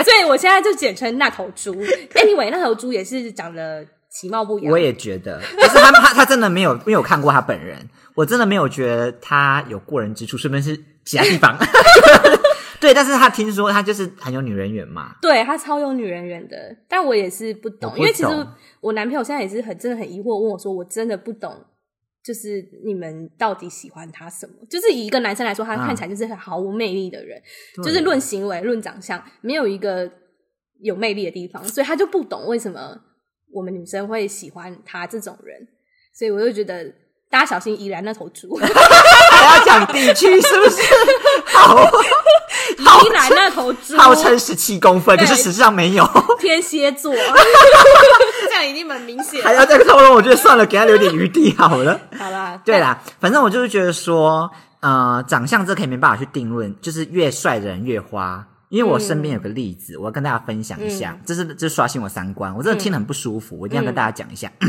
Speaker 2: 所以我现在就简称那头猪。Anyway，那头猪也是长得其貌不扬，
Speaker 1: 我也觉得，就是他他他真的没有没有看过他本人，我真的没有觉得他有过人之处，顺便是其他地方。 对，但是他听说他就是很有女人缘嘛，
Speaker 2: 对他超有女人缘的，但我也是不懂，
Speaker 1: 我不
Speaker 2: 因为其实
Speaker 1: 懂
Speaker 2: 我男朋友现在也是很真的很疑惑，问我说，我真的不懂，就是你们到底喜欢他什么？就是以一个男生来说，他
Speaker 1: 啊
Speaker 2: 看起来就是很毫无魅力的人，
Speaker 1: 对
Speaker 2: 就是论行为、论长相，没有一个有魅力的地方，所以他就不懂为什么我们女生会喜欢他这种人，所以我就觉得大家小心宜兰那头猪， 宜
Speaker 1: 还要讲地区是不是？好 好
Speaker 2: 兰那头猪，
Speaker 1: 号称十七公分，可是
Speaker 2: 对
Speaker 1: 实际上没有。
Speaker 2: 天蝎座。
Speaker 3: 这样已经蛮明显。
Speaker 1: 还要再透露，我觉得算了，给他留点余地好了。
Speaker 2: 好啦，
Speaker 1: 对啦，反正我就是觉得说，呃，长相这可以没办法去定论，就是越帅的人越花。因为我身边有个例子，我要跟大家分享一下，这是这是刷新我三观，我真的听得很不舒服，我一定要跟大家讲一下。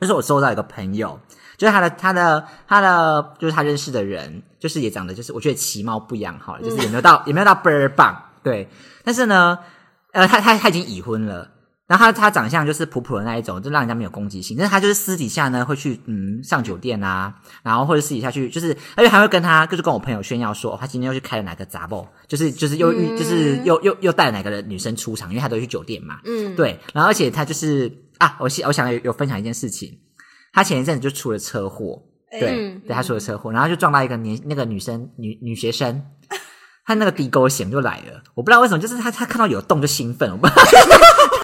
Speaker 1: 就是我收到一个朋友，就是他的他的他的就是他认识的人，就是也长得就是我觉得其貌不扬好了，就是也没有到、也没有到倍儿棒，对。但是呢，呃，他他他已经已婚了，然后他他长相就是普普的那一种，就让人家没有攻击性。但是他就是私底下呢会去嗯上酒店啊，然后或者私底下去就是，而且还会跟他就是跟我朋友炫耀说，哦、他今天又去开了哪个杂报，就是就是又遇、就是又又又带了哪个女生出场，因为他都去酒店嘛。
Speaker 2: 嗯，
Speaker 1: 对，然后而且他就是啊，我想我想有有分享一件事情，他前一阵子就出了车祸，
Speaker 3: 哎
Speaker 1: 对，
Speaker 2: 嗯
Speaker 1: 对他出了车祸，然后就撞到一个年那个女生女女学生，她那个地沟险就来了，我不知道为什么，就是她她看到有洞就兴奋，我不知道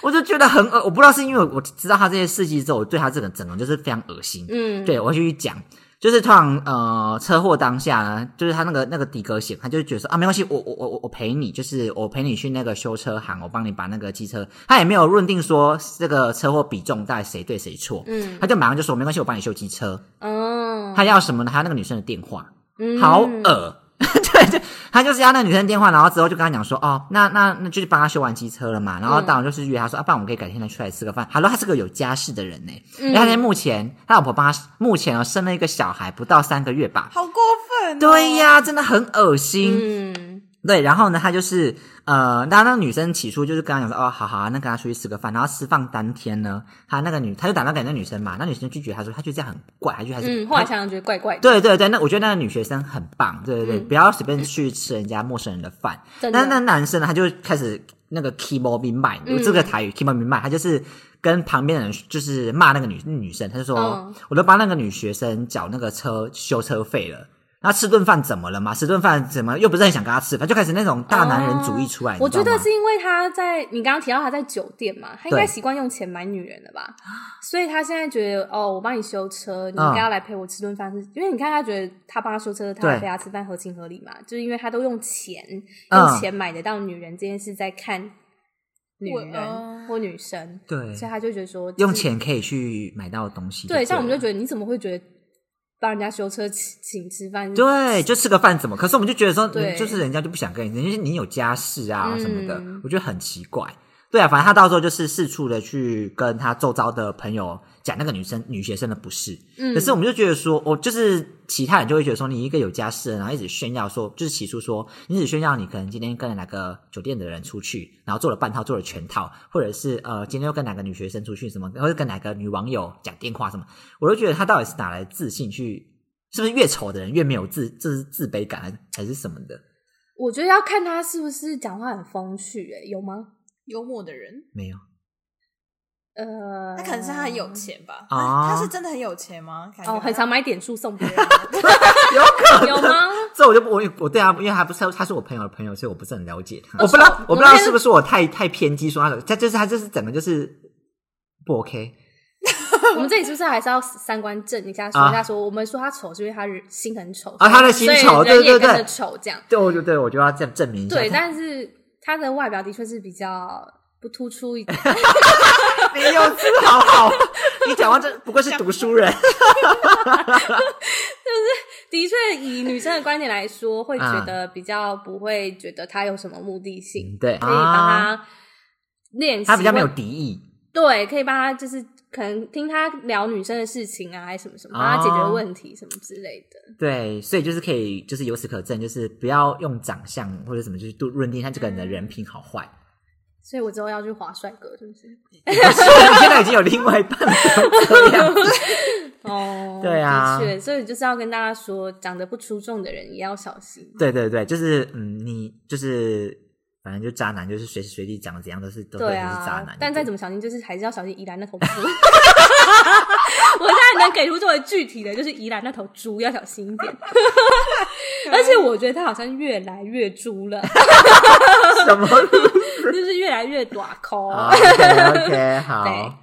Speaker 1: 我就觉得很恶，我不知道是因为我知道她这些事迹之后，我对她这个整个人就是非常恶心，
Speaker 2: 嗯，
Speaker 1: 对我就去讲。就是通常呃车祸当下呢，就是他那个那个的哥险，他就觉得说啊没关系，我我我我我陪你，就是我陪你去那个修车行，我帮你把那个机车，他也没有认定说这个车祸比重到底谁对谁错，
Speaker 2: 嗯
Speaker 1: 他就马上就说没关系，我帮你修机车。
Speaker 2: 哦，
Speaker 1: 他要什么呢？他要那个女生的电话，
Speaker 2: 嗯
Speaker 1: 好恶。 对对，他就是要那个女生电话，然后之后就跟他讲说，哦，那那那就是帮他修完机车了嘛，然后当然
Speaker 2: 嗯
Speaker 1: 就是约他说，啊，不然我们可以改天再出来吃个饭。他说他是个有家室的人呢、
Speaker 2: 嗯
Speaker 1: 因为他在目前他老婆帮他目前哦生了一个小孩，不到三个月吧。
Speaker 3: 好过分、哦！
Speaker 1: 对、呀，真的很恶心。
Speaker 2: 嗯
Speaker 1: 对，然后呢，他就是呃，那那个女生起初就是跟他讲说，哦，好好、啊，那跟他出去吃个饭，然后吃饭当天呢，他那个女，他就打电话给那女生嘛，那女生拒绝他说，他觉得这样很怪，他就还是
Speaker 2: 嗯，后来想想觉得怪怪的，
Speaker 1: 对对对，那我觉得那个女学生很棒，对对对，
Speaker 2: 嗯
Speaker 1: 不要随便去吃人家陌生人的饭。
Speaker 2: 真
Speaker 1: 那那
Speaker 2: 的，
Speaker 1: 男生呢，他就开始那个 keyboard 明麦，
Speaker 2: 嗯
Speaker 1: 这个台语 keyboard 明麦，他就是跟旁边的人就是骂那个女女生，他就说、
Speaker 2: 嗯
Speaker 1: 我都帮那个女学生缴那个车修车费了。那吃顿饭怎么了嘛？吃顿饭怎么又不是很想跟他吃？他就开始那种大男人主义出来。你
Speaker 2: 我
Speaker 1: 知道
Speaker 2: 觉得
Speaker 1: 吗
Speaker 2: 是因为他在你刚刚提到他在酒店嘛，他应该
Speaker 1: 对
Speaker 2: 习惯用钱买女人了吧，所以他现在觉得哦，我帮你修车，你
Speaker 1: 嗯
Speaker 2: 应该要来陪我吃顿饭，是、因为你看他觉得他帮他修车，他
Speaker 1: 对
Speaker 2: 还陪他吃饭合情合理嘛，就是因为他都用钱、
Speaker 1: 嗯
Speaker 2: 用钱买得到女人这件事在看女
Speaker 3: 我
Speaker 2: 人
Speaker 3: 嗯
Speaker 2: 或女生，所以
Speaker 1: 对，
Speaker 2: 他就觉得说
Speaker 1: 用
Speaker 2: 就是
Speaker 1: 钱可以去买到东西。
Speaker 2: 对，像我们就
Speaker 1: 得。
Speaker 2: 觉得你怎么会觉得帮人家修车请请吃饭？
Speaker 1: 对，就吃个饭怎么？可是我们就觉得说，
Speaker 2: 对
Speaker 1: 嗯就是人家就不想跟你，人家你有家室啊
Speaker 2: 嗯
Speaker 1: 什么的，我觉得很奇怪。对啊，反正他到时候就是四处的去跟他周遭的朋友讲那个女生女学生的不是，
Speaker 2: 嗯，
Speaker 1: 可是我们就觉得说，我就是其他人就会觉得说，你一个有家室的人，然后一直炫耀说，就是起初说，你只炫耀你可能今天跟哪个酒店的人出去，然后做了半套，做了全套，或者是呃，今天又跟哪个女学生出去什么，或者跟哪个女网友讲电话什么，我就觉得他到底是哪来的自信去？是不是越丑的人越没有自，这是自卑感还还是什么的？
Speaker 2: 我觉得要看他是不是讲话很风趣、欸，有吗？
Speaker 3: 幽默的人，
Speaker 1: 没有
Speaker 2: 呃，
Speaker 3: 那可能是他很有钱吧？
Speaker 1: 啊
Speaker 3: 哎他他是真的很有钱吗？感觉
Speaker 2: 哦，很
Speaker 3: 他
Speaker 2: 常买点数送别人，
Speaker 1: 有可能
Speaker 2: 有吗？
Speaker 1: 这我就不我我对啊，因为他不是他是我朋友的朋友，所以我不是很了解他。我
Speaker 2: 哦
Speaker 1: 不知道
Speaker 2: 我
Speaker 1: 我不知道
Speaker 2: 我们
Speaker 1: 是不是我太太偏激说他的，他就是他就是整个就是不 OK。
Speaker 2: 我们这里是不是还是要三观正一下，说一下说，我们说他丑是因为他人心很丑
Speaker 1: 啊他的心丑
Speaker 2: 所以人
Speaker 1: 对对
Speaker 2: 也跟
Speaker 1: 对
Speaker 2: 着丑这样。
Speaker 1: 对，我就对我就要这样证明一下。
Speaker 2: 对，
Speaker 1: 他
Speaker 2: 但是他的外表的确是比较不突出一点。
Speaker 1: 没有字好好，你讲话这不愧是读书人。
Speaker 2: 的确，以女生的观点来说，会
Speaker 1: 啊
Speaker 2: 觉得比较不会觉得他有什么目的性，
Speaker 1: 对
Speaker 2: 可以帮
Speaker 1: 啊，
Speaker 2: 他练习。
Speaker 1: 他比较没有
Speaker 2: 或
Speaker 1: 敌意。
Speaker 2: 对，可以帮他就是可能听他聊女生的事情啊，还是什么什么，
Speaker 1: 哦
Speaker 2: 帮他解决问题什么之类的。
Speaker 1: 对，所以就是可以，就是由此可证，就是不要用长相或者什么，就是度认定他这个人的人品好 坏。
Speaker 2: 所以我之后要去划帅哥，是不是？
Speaker 1: 不是你现在已经有另外一半了，这样
Speaker 2: 哦，
Speaker 1: 对啊
Speaker 2: 的确，所以就是要跟大家说，长得不出众的人也要小心。
Speaker 1: 对对对，就是嗯，你就是反正就渣男，就是随时随地讲怎样都是都会
Speaker 2: 对
Speaker 1: 是渣
Speaker 2: 啊
Speaker 1: 男。，
Speaker 2: 但再怎
Speaker 1: 么
Speaker 2: 么小心，就是还是要小心宜兰那头猪。 我现在能给出最为具体的，就是宜兰那头猪要小心一点。
Speaker 3: 啊
Speaker 2: 而且我觉得它好像越来越猪了，
Speaker 1: 什么
Speaker 2: 就是越来越短 抠。
Speaker 1: 啊？OK OK，好，
Speaker 3: 哎、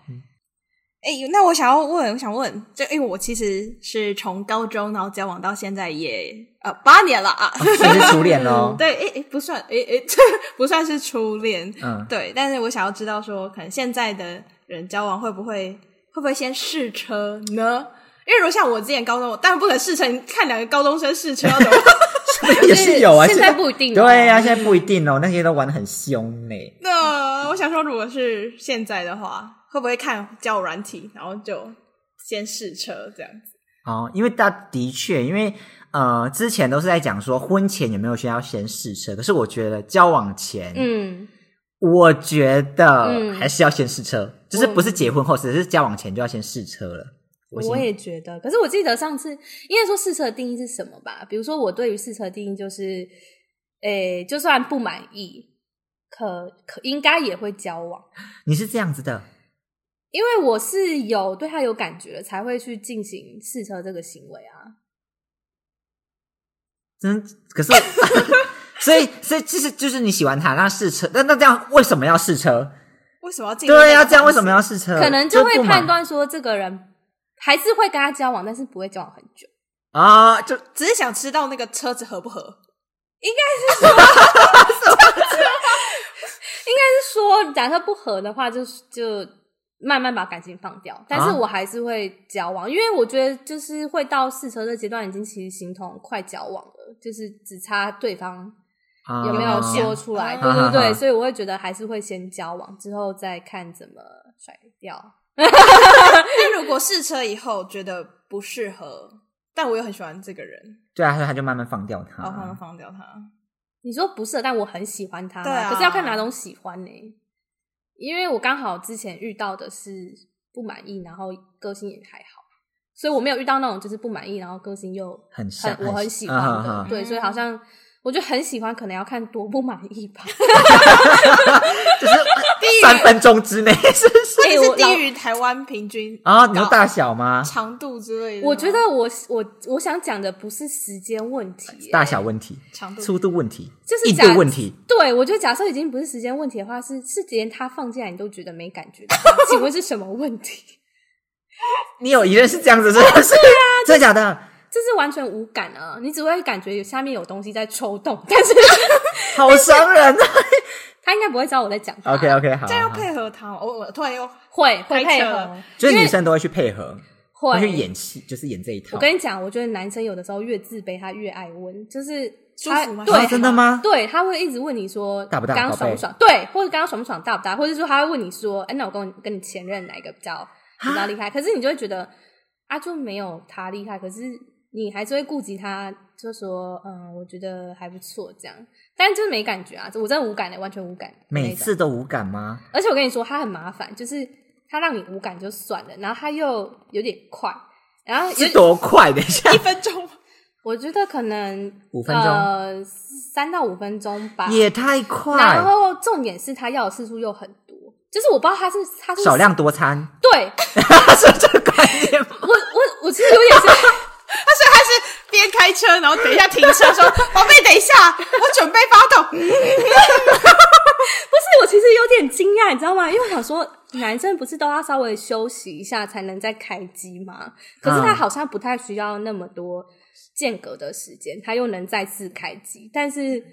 Speaker 3: 那我想要问，我想问，就因为我其实是从高中然后交往到现在也呃八年了啊，
Speaker 1: 所以是初恋 哦喽。
Speaker 3: 对，哎、哎、不算，哎、哎、 这不算是初恋，
Speaker 1: 嗯
Speaker 3: 对，但是我想要知道说，可能现在的人交往会不会会不会先试车呢？因为如果像我之前高中，我当然不可能试车，你看两个高中生试车要怎么？
Speaker 1: 也是有啊，
Speaker 2: 现在不一定哦
Speaker 1: 对呀、现在不一定哦，那些都玩的很凶呢。
Speaker 3: 那我想说，如果是现在的话，会不会看交友软体，然后就先试车这样子？
Speaker 1: 哦，因为大的确，因为呃，之前都是在讲说婚前有没有需要先试车，可是我觉得交往前，
Speaker 2: 嗯，
Speaker 1: 我觉得
Speaker 2: 嗯
Speaker 1: 还是要先试车，就是不是结婚后，只是交往前就要先试车了。我
Speaker 2: 我
Speaker 1: 先
Speaker 2: 也觉得，可是我记得上次应该说试车的定义是什么吧？比如说我对于试车的定义就是，诶、就算不满意，可可应该也会交往，
Speaker 1: 你是这样子的，
Speaker 2: 因为我是有对他有感觉了才会去进行试车这个行为啊。
Speaker 1: 真可是， 所以所以其实就是你喜欢他，那试车，那那这样为什么要试车？
Speaker 3: 为什么要进？
Speaker 1: 对呀、这样为什么？要试车？
Speaker 2: 可能
Speaker 1: 呃就
Speaker 2: 就会
Speaker 1: 不满
Speaker 2: 判断说这个人还是会跟他交往，但是不会交往很久。
Speaker 1: 啊，就
Speaker 3: 只是想知道那个车子合不合。
Speaker 2: 是说假设不合的话，就是就慢慢把感情放掉。但是我还是会交往，因为我觉得就是会到试车的阶段，已经其实形同快交往了，就是只差对方
Speaker 1: 啊
Speaker 2: 有没有说出来。
Speaker 3: 啊
Speaker 2: 对对
Speaker 1: 啊啊
Speaker 2: 对，
Speaker 1: 啊
Speaker 2: 所以我会觉得还是会先交往，之后再看怎么甩掉。
Speaker 3: 但如果试车以后觉得不适合，但我又很喜欢这个人，
Speaker 1: 对啊，所以他就慢慢放掉他。
Speaker 2: 哦
Speaker 1: 啊
Speaker 3: 然后放放掉他。
Speaker 2: 你说不是，但我很喜欢他嘛，
Speaker 3: 对啊
Speaker 2: 可是要看哪种喜欢呢、因为我刚好之前遇到的是不满意，然后个性也还好，所以我没有遇到那种就是不满意，然后个性又
Speaker 1: 很像
Speaker 2: 很我很喜欢
Speaker 1: 嗯
Speaker 2: 的，
Speaker 1: 哼哼
Speaker 2: 对，所以好像我觉得很喜欢，可能要看多不满意吧。
Speaker 3: 啊
Speaker 1: 就是三分钟之内， 是不是？
Speaker 2: 哎
Speaker 3: 这是
Speaker 2: 我老
Speaker 3: 低于台湾平均
Speaker 1: 啊，你说
Speaker 3: 高
Speaker 1: 大小吗？
Speaker 3: 长度之类的吗。
Speaker 2: 我觉得我我我想讲的不是时间问题、
Speaker 1: 哎大小问题、
Speaker 3: 长度
Speaker 1: 粗度问题、
Speaker 2: 就是
Speaker 1: 硬
Speaker 2: 假
Speaker 1: 度问题，
Speaker 2: 对我觉得假设已经不是时间问题的话，是是连他放进来你都觉得没感觉的话，请问是什么问题？
Speaker 1: 你有一任是这样子，是
Speaker 2: 啊
Speaker 1: 不是？真的假的？
Speaker 2: 这是完全无感啊，你只会感觉有下面有东西在抽动， 但是
Speaker 1: 好伤人啊
Speaker 2: 他应该不会知道我在讲他。
Speaker 1: ！OK OK，好，
Speaker 3: 这样要
Speaker 1: 好
Speaker 3: 配合他吗，哦我我突然又
Speaker 2: 会会
Speaker 3: 太
Speaker 2: 配
Speaker 3: 扯
Speaker 2: 合
Speaker 3: 了，
Speaker 1: 就是女生都会去配合，
Speaker 2: 会
Speaker 1: 会去演戏，就是演这一套。
Speaker 2: 我跟你讲，我觉得男生有的时候越自卑，他越爱问，就是
Speaker 3: 舒
Speaker 2: 他
Speaker 3: 服吗
Speaker 1: 啊
Speaker 2: 对，
Speaker 1: 真的吗？
Speaker 2: 对，他会一直问你说
Speaker 1: 大不大
Speaker 2: 刚
Speaker 1: 宝
Speaker 2: 刚爽不
Speaker 1: 贝
Speaker 2: 爽？对，或者刚刚爽不爽，大不大？或者说他会问你说，哎，那我跟我跟你前任哪一个比
Speaker 1: 啊
Speaker 2: 较比较厉害？可是你就会觉得啊，就没有他厉害，可是你还是会顾及他，就说嗯，我觉得还不错这样，但就是没感觉啊，我真的无感的，完全无感。
Speaker 1: 每次都无感吗？
Speaker 2: 而且我跟你说，他很麻烦，就是他让你无感就算了，然后他又有点快，然后有
Speaker 1: 是多快？ 等一下
Speaker 3: 一分钟，
Speaker 2: 我觉得可能
Speaker 1: 五分钟
Speaker 2: 呃，三到五分钟吧。
Speaker 1: 也太快
Speaker 2: 然，后重点是他要的次数又很多，就是我不知道他是他是
Speaker 1: 少量 多餐，
Speaker 2: 对
Speaker 1: 是这个概念吗？
Speaker 2: 我我我其实有点 像，
Speaker 3: 他所以他是边开车，然后等一下停车 说：“宝贝，等一下，我准备发动。
Speaker 2: 不是我其实有点惊讶，你知道吗？因为我想说男生不是都要稍微休息一下才能再开机吗？可是他
Speaker 1: 嗯
Speaker 2: 好像不太需要那么多间隔的时间，他又能再次开机，但是。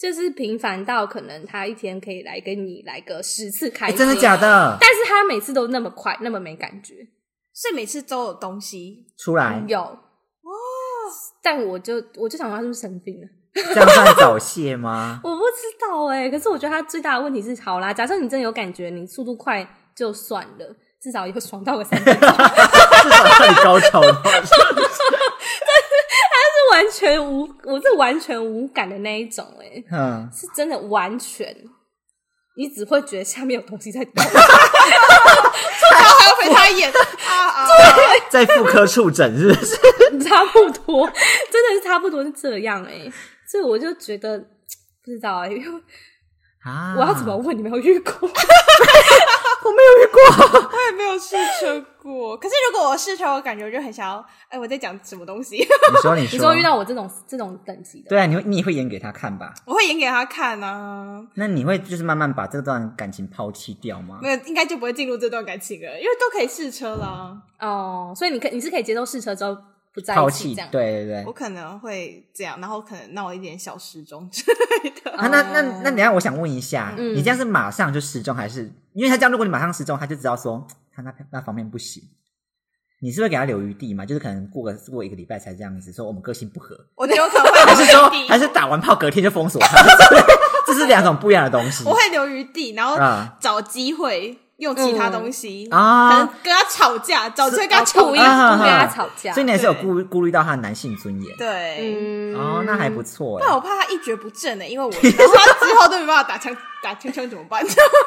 Speaker 2: 就是频繁到可能他一天可以来跟你来个十次开
Speaker 1: 哎
Speaker 2: 机，
Speaker 1: 真的假的？
Speaker 2: 但是他每次都那么快，那么没感觉，”
Speaker 3: 所以每次都有 东西，
Speaker 1: 出来，
Speaker 2: 有哦。但我就我就想说他是不是生病了，
Speaker 1: 这样算早泄吗？
Speaker 2: 我不知道哎、可是我觉得他最大的问题是，好啦，假设你真的有感觉，你速度快就算了，至少有爽到个三分钟， 但
Speaker 1: 至少算你高潮吗？
Speaker 2: 是完全无，我是完全无感的那一种哎、
Speaker 1: 嗯，
Speaker 2: 是真的完全，你只会觉得下面有东西在动。
Speaker 3: 然
Speaker 1: 哦
Speaker 3: 后还 要陪他演 啊啊！
Speaker 1: 在妇科触诊是不是？
Speaker 2: 差不多，真的是差不多是这样哎、所以我就觉得不知道哎、因为
Speaker 1: 啊，
Speaker 2: 我要怎么？问你没有遇过？
Speaker 3: 我也没有试车过， 可是如果我试车，我感觉我就很想要，哎，我在讲什么东西？
Speaker 1: 啊你说，你
Speaker 2: 你
Speaker 1: 说，
Speaker 2: 说遇到我这种这种等级的，
Speaker 1: 对啊，你会你也会演给他看吧？
Speaker 3: 我会演给他看啊，
Speaker 1: 那你会就是慢慢把这段感情抛弃掉吗
Speaker 3: 没？有，应该就不会进入这段感情了，因为都可以试车啦。
Speaker 2: 哦，所以你可你是可以接受试车之后不在
Speaker 1: 抛
Speaker 2: 一起
Speaker 1: 弃，
Speaker 2: 这样，
Speaker 1: 对，对对
Speaker 3: 我。可能会这样，然后可能闹一点小失踪之类的。
Speaker 1: 啊，那那
Speaker 3: 哦
Speaker 1: 那，等一下我想问一下，
Speaker 2: 嗯
Speaker 1: 你这样是马上就失踪，还是因为他这样，如果你马上失踪，他就知道说他那那方面不行，你是会给他留余地吗？就是可能过个过一个礼拜才这样子说我们个性不合，
Speaker 3: 我觉得我可能会
Speaker 1: 还是
Speaker 3: 留
Speaker 1: 说
Speaker 3: 余地
Speaker 1: 还是打完炮隔天就封 锁他？这是两种不一样的东西
Speaker 3: 我会留余地，然后
Speaker 1: 啊。
Speaker 3: 找机会用其他东西，可能
Speaker 1: 啊，
Speaker 3: 跟他吵架，找车跟他吵
Speaker 2: 故意
Speaker 3: 架，
Speaker 1: 啊
Speaker 2: 不跟他吵架
Speaker 1: 所以。你还是有
Speaker 3: 对
Speaker 1: 顾顾虑到他的男性尊严。
Speaker 3: 对。
Speaker 2: 嗯
Speaker 1: 哦，那还不错
Speaker 3: 但
Speaker 1: 哎。
Speaker 3: 我怕他一蹶不振欸呢、因为我 然后他之后都没办法打枪打枪枪怎么办？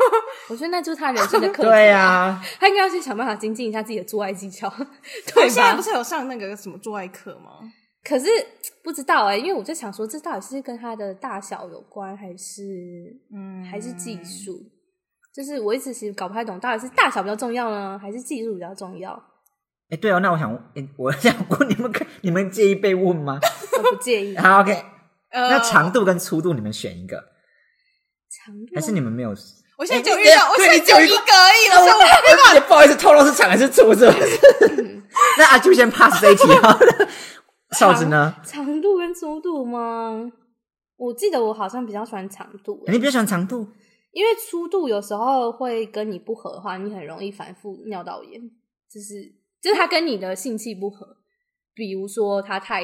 Speaker 2: 我觉得那就是他人生的
Speaker 3: 啊
Speaker 2: 课题。啊
Speaker 1: 欸对，啊呀，
Speaker 2: 他应该要先想办法精进一下自己的做爱技 巧，
Speaker 3: 我
Speaker 2: 对
Speaker 3: 现在
Speaker 2: 吧
Speaker 3: 不？是有上那个什么做爱课吗？
Speaker 2: 可是不知道哎、因为我在想说，这到底是跟他的大小有关，还是
Speaker 3: 嗯
Speaker 2: 还是技术？就是我一直其实搞不太懂，到底是大小比较重要呢，还是技术比较重要？
Speaker 1: 哎，对哦，那我想，哎我想问 你们可，你们介意被问吗？
Speaker 2: 我不介 意
Speaker 1: 好，OK，
Speaker 3: 呃
Speaker 1: 那长度跟粗度你们选一个，
Speaker 2: 长度
Speaker 1: 还是你们没有？
Speaker 3: 我现在就
Speaker 1: 哎
Speaker 3: 遇到，我
Speaker 1: 对
Speaker 3: 现在
Speaker 1: 你只有
Speaker 3: 就
Speaker 1: 一
Speaker 3: 一
Speaker 1: 个哦
Speaker 3: 个而已，我说哎我
Speaker 1: 我也不好意思透露是长还是粗，是不是？那阿就先 pass 这一题好了。 哨子呢？
Speaker 2: 长度跟粗度吗？我记得我好像比较喜欢长度、欸
Speaker 1: 你比较喜欢长度？
Speaker 2: 因为粗度有时候会跟你不合的话，你很容易反复尿道炎，就是就是它跟你的性器不合，比如说它太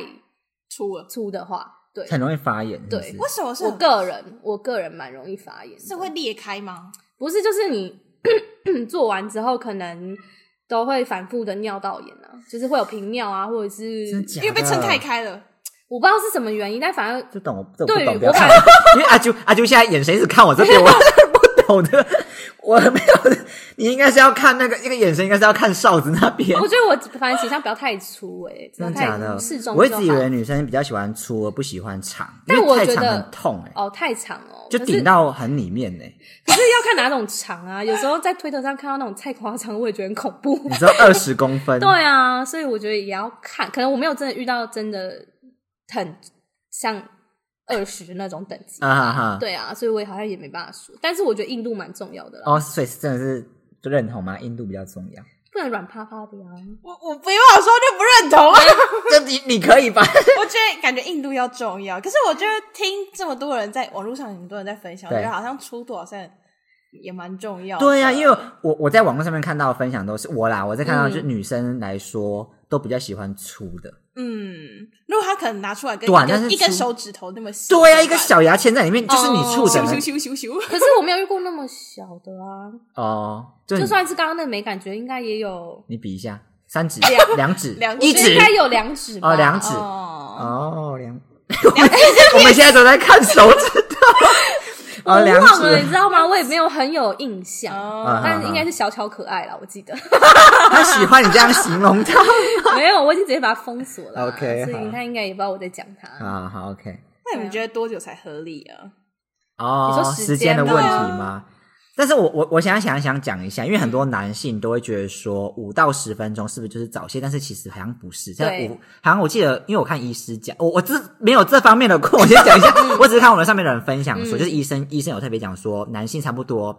Speaker 3: 出了。
Speaker 2: 粗的话，对，
Speaker 1: 很容易发炎，是不
Speaker 2: 对
Speaker 1: 是
Speaker 3: 为什么是
Speaker 2: 我
Speaker 3: 很
Speaker 2: 个人我个人蛮容易发炎的，
Speaker 3: 是会裂开吗？
Speaker 2: 不是就是你 做完之后可能都会反复的尿道炎啊，就是会有频尿啊，或者
Speaker 1: 真
Speaker 2: 是
Speaker 1: 的假
Speaker 3: 因
Speaker 1: 的？
Speaker 3: 为被撑太开了。
Speaker 2: 我不知道是什么原因，但反正
Speaker 1: 这懂我，这我
Speaker 2: 对
Speaker 1: 不
Speaker 2: 于
Speaker 1: 懂，不
Speaker 2: 我
Speaker 1: 要看
Speaker 2: 感。
Speaker 1: 因为阿啾阿啾现在眼神一直看我这边，我不懂的，我没有。你应该是要看那个，一个眼神应该是要看哨子那边
Speaker 2: 我。觉得我反正形象不要太粗哎、欸，不要
Speaker 1: 真的假
Speaker 2: 哦太
Speaker 1: 的
Speaker 2: 适？中
Speaker 1: 我一
Speaker 2: 就
Speaker 1: 直以
Speaker 2: 好
Speaker 1: 为女生比较喜欢粗，而不喜欢长，
Speaker 2: 但
Speaker 1: 因为
Speaker 2: 我
Speaker 1: 太
Speaker 2: 觉
Speaker 1: 长
Speaker 2: 得
Speaker 1: 很痛哎，
Speaker 2: 哦太长哦，
Speaker 1: 就
Speaker 2: 可是
Speaker 1: 顶到很里面哎。
Speaker 2: 可是要看哪种长啊，有时候在推特上看到那种太夸张，我也觉得很恐怖
Speaker 1: 你。知道二十公分？
Speaker 2: 对啊，所以我觉得也要看，可能我没有真的遇到真的很像二十那种等级。
Speaker 1: 啊哈哈。
Speaker 2: 对啊，所以我也好像也没办法说，但是我觉得硬度蛮重要的啦，
Speaker 1: 哦，所以是真的是就认同吗？印度比较重要。
Speaker 2: 不能软趴趴的啊。
Speaker 3: 我我没办法说就不认同啊，
Speaker 1: 这你你可以吧？
Speaker 3: 我觉得感觉印度要重要，可是我觉得听这么多人在网络上很多人在分享，我
Speaker 1: 对
Speaker 3: 觉得好像出多好像也蛮重要的。
Speaker 1: 对呀、
Speaker 2: 啊
Speaker 1: 啊因为我我在网络上面看到的分享都是我啦，我在看到
Speaker 2: 嗯
Speaker 1: 就是女生来说、都比较喜欢粗的。
Speaker 3: 嗯，如果他可能拿出来跟
Speaker 1: 短
Speaker 3: 一
Speaker 1: 啊但
Speaker 3: 根
Speaker 1: 是
Speaker 3: 一根
Speaker 1: 粗
Speaker 3: 手指头那么细，
Speaker 1: 对呀、啊一个小牙签在里面，就是你触
Speaker 3: 咻
Speaker 1: 诊
Speaker 3: 咻
Speaker 1: 了
Speaker 3: 咻咻咻，
Speaker 2: 可是我没有遇过那么小的 啊，
Speaker 1: 哦，就
Speaker 2: 就
Speaker 1: 你
Speaker 2: 算是刚刚那个没感觉，应该也有，
Speaker 1: 你比一下，三指、
Speaker 3: 两
Speaker 1: 两指、
Speaker 3: 两
Speaker 1: 一
Speaker 2: 我觉得
Speaker 1: 指
Speaker 2: 应该有两指吧。
Speaker 1: 哦，两指
Speaker 3: 哦，
Speaker 1: 哦， 两。我们现在都在看手 指头，哦，
Speaker 2: 我
Speaker 1: 两
Speaker 2: 忘了，你
Speaker 1: 指
Speaker 2: 知。道吗？我也没有很有印象，
Speaker 3: 哦
Speaker 1: 啊
Speaker 2: 但应该是小巧可爱啦，我记得。
Speaker 1: 他喜欢你这样形容他。
Speaker 2: 没有，我已经直接把它封锁了啊。
Speaker 1: OK，
Speaker 2: 所以
Speaker 1: 好
Speaker 2: 他应该也不知道我在讲他。
Speaker 1: 好好，OK。
Speaker 3: 那你们觉得多久才合理啊？
Speaker 1: 哦
Speaker 2: 你，说时
Speaker 1: 时间的
Speaker 2: 间
Speaker 1: 问
Speaker 2: 吗
Speaker 1: 题吗？但是我我我想想想讲一下，因为很多
Speaker 2: 嗯
Speaker 1: 男性都会觉得说五到十分钟是不是就是早泄？但是其实好像不是，像
Speaker 2: 对
Speaker 1: 五好像我记得，因为我看医师讲，我我这没有这方面的课，我先讲一下， 我只是看我们上面的人分享说，
Speaker 2: 嗯
Speaker 1: 就是医生医生有特别讲说，男性差不多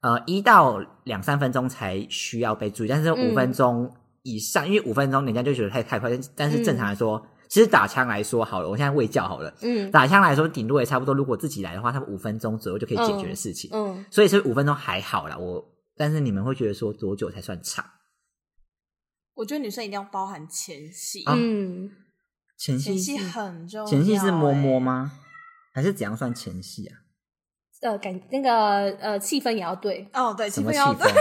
Speaker 1: 呃一到两三分钟才需要被注意，但是五
Speaker 2: 嗯
Speaker 1: 分钟以上，因为五分钟人家就觉得太太快，但但是
Speaker 2: 嗯
Speaker 1: 正常来说，其实打枪来说好了，我现在喂教好了，
Speaker 2: 嗯
Speaker 1: 打枪来说，顶多也差不多。如果自己来的话，差不多五分钟左右就可以解决的事情。
Speaker 2: 嗯，
Speaker 1: 所以是五分钟还好啦。我但是你们会觉得说多久才算长？
Speaker 3: 我觉得女生一定要包含前戏，
Speaker 1: 啊
Speaker 2: 嗯，
Speaker 1: 前
Speaker 3: 前
Speaker 1: 戏
Speaker 3: 戏
Speaker 1: 是
Speaker 3: 很重要、欸
Speaker 1: 前戏是摸摸？吗？还是怎样算前戏啊？
Speaker 2: 呃，感那个呃气氛也要对，
Speaker 3: 哦，对，
Speaker 1: 什
Speaker 3: 气
Speaker 1: 么
Speaker 3: 氛
Speaker 1: 气
Speaker 3: 要对，
Speaker 1: 氛？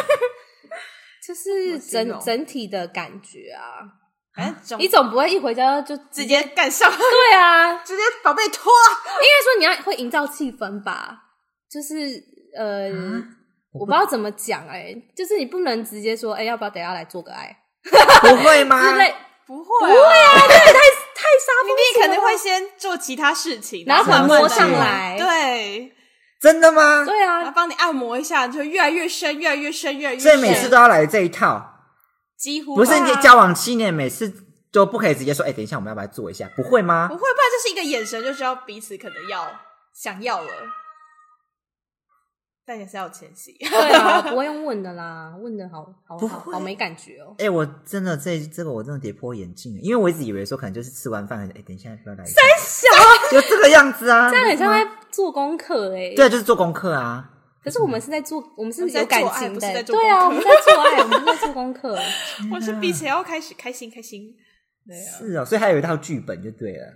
Speaker 2: 就是
Speaker 3: 形
Speaker 2: 整
Speaker 3: 容
Speaker 2: 整体的感觉啊。
Speaker 3: 反哎正总
Speaker 2: 你总不会一回家就
Speaker 3: 直接干上，
Speaker 2: 对啊，应该
Speaker 3: 直接宝贝脱。
Speaker 2: 说你要会营造气氛吧，就是呃，
Speaker 1: 啊
Speaker 2: 我不知道怎么讲哎，就是你不能直接说哎，要不要等一下来做个爱
Speaker 1: 不会吗？
Speaker 2: 之类，
Speaker 3: 不会、不会啊，
Speaker 2: 太沙
Speaker 3: 明明可能会先做其他事情，
Speaker 2: 然后
Speaker 1: 把它摸
Speaker 3: 慢慢
Speaker 1: 上
Speaker 2: 来
Speaker 3: 对，
Speaker 1: 真的吗？
Speaker 2: 对
Speaker 3: 然后
Speaker 2: 啊，
Speaker 3: 帮你按摩一下，就越来越深，越来越深，越来越
Speaker 1: 所
Speaker 3: 深，
Speaker 1: 以每次都要来这一套，
Speaker 3: 几乎
Speaker 1: 不是
Speaker 3: 吧
Speaker 1: 你交往七年，每次都不可以直接说，哎、等一下我们要不要做一下？不会吗
Speaker 3: 不？会吧？这是一个眼神就知道彼此可能要想要了，但也是要有前 戏。
Speaker 2: 对啊，不会用问的啦，问的好好
Speaker 1: 不
Speaker 2: 好
Speaker 1: 会
Speaker 2: 好没感觉哦。
Speaker 1: 哎、我真的这这个我真的跌破眼镜了，因为我一直以为说可能就是吃完饭，哎、等一下要不要来一下？
Speaker 2: 小
Speaker 1: 就这个样子啊，
Speaker 2: 这样很像
Speaker 1: 不是吗
Speaker 2: 在做功课哎、
Speaker 1: 对，就是做功课啊。
Speaker 2: 可是我们是在做，我们是有感情的、
Speaker 3: 我们在做
Speaker 2: 对啊，我
Speaker 3: 爱
Speaker 2: 们
Speaker 3: 不
Speaker 2: 在做爱，我们在做功课。
Speaker 3: 我是彼此要开始开心开心，对啊，
Speaker 1: 是哦，所以还有一套剧本就对了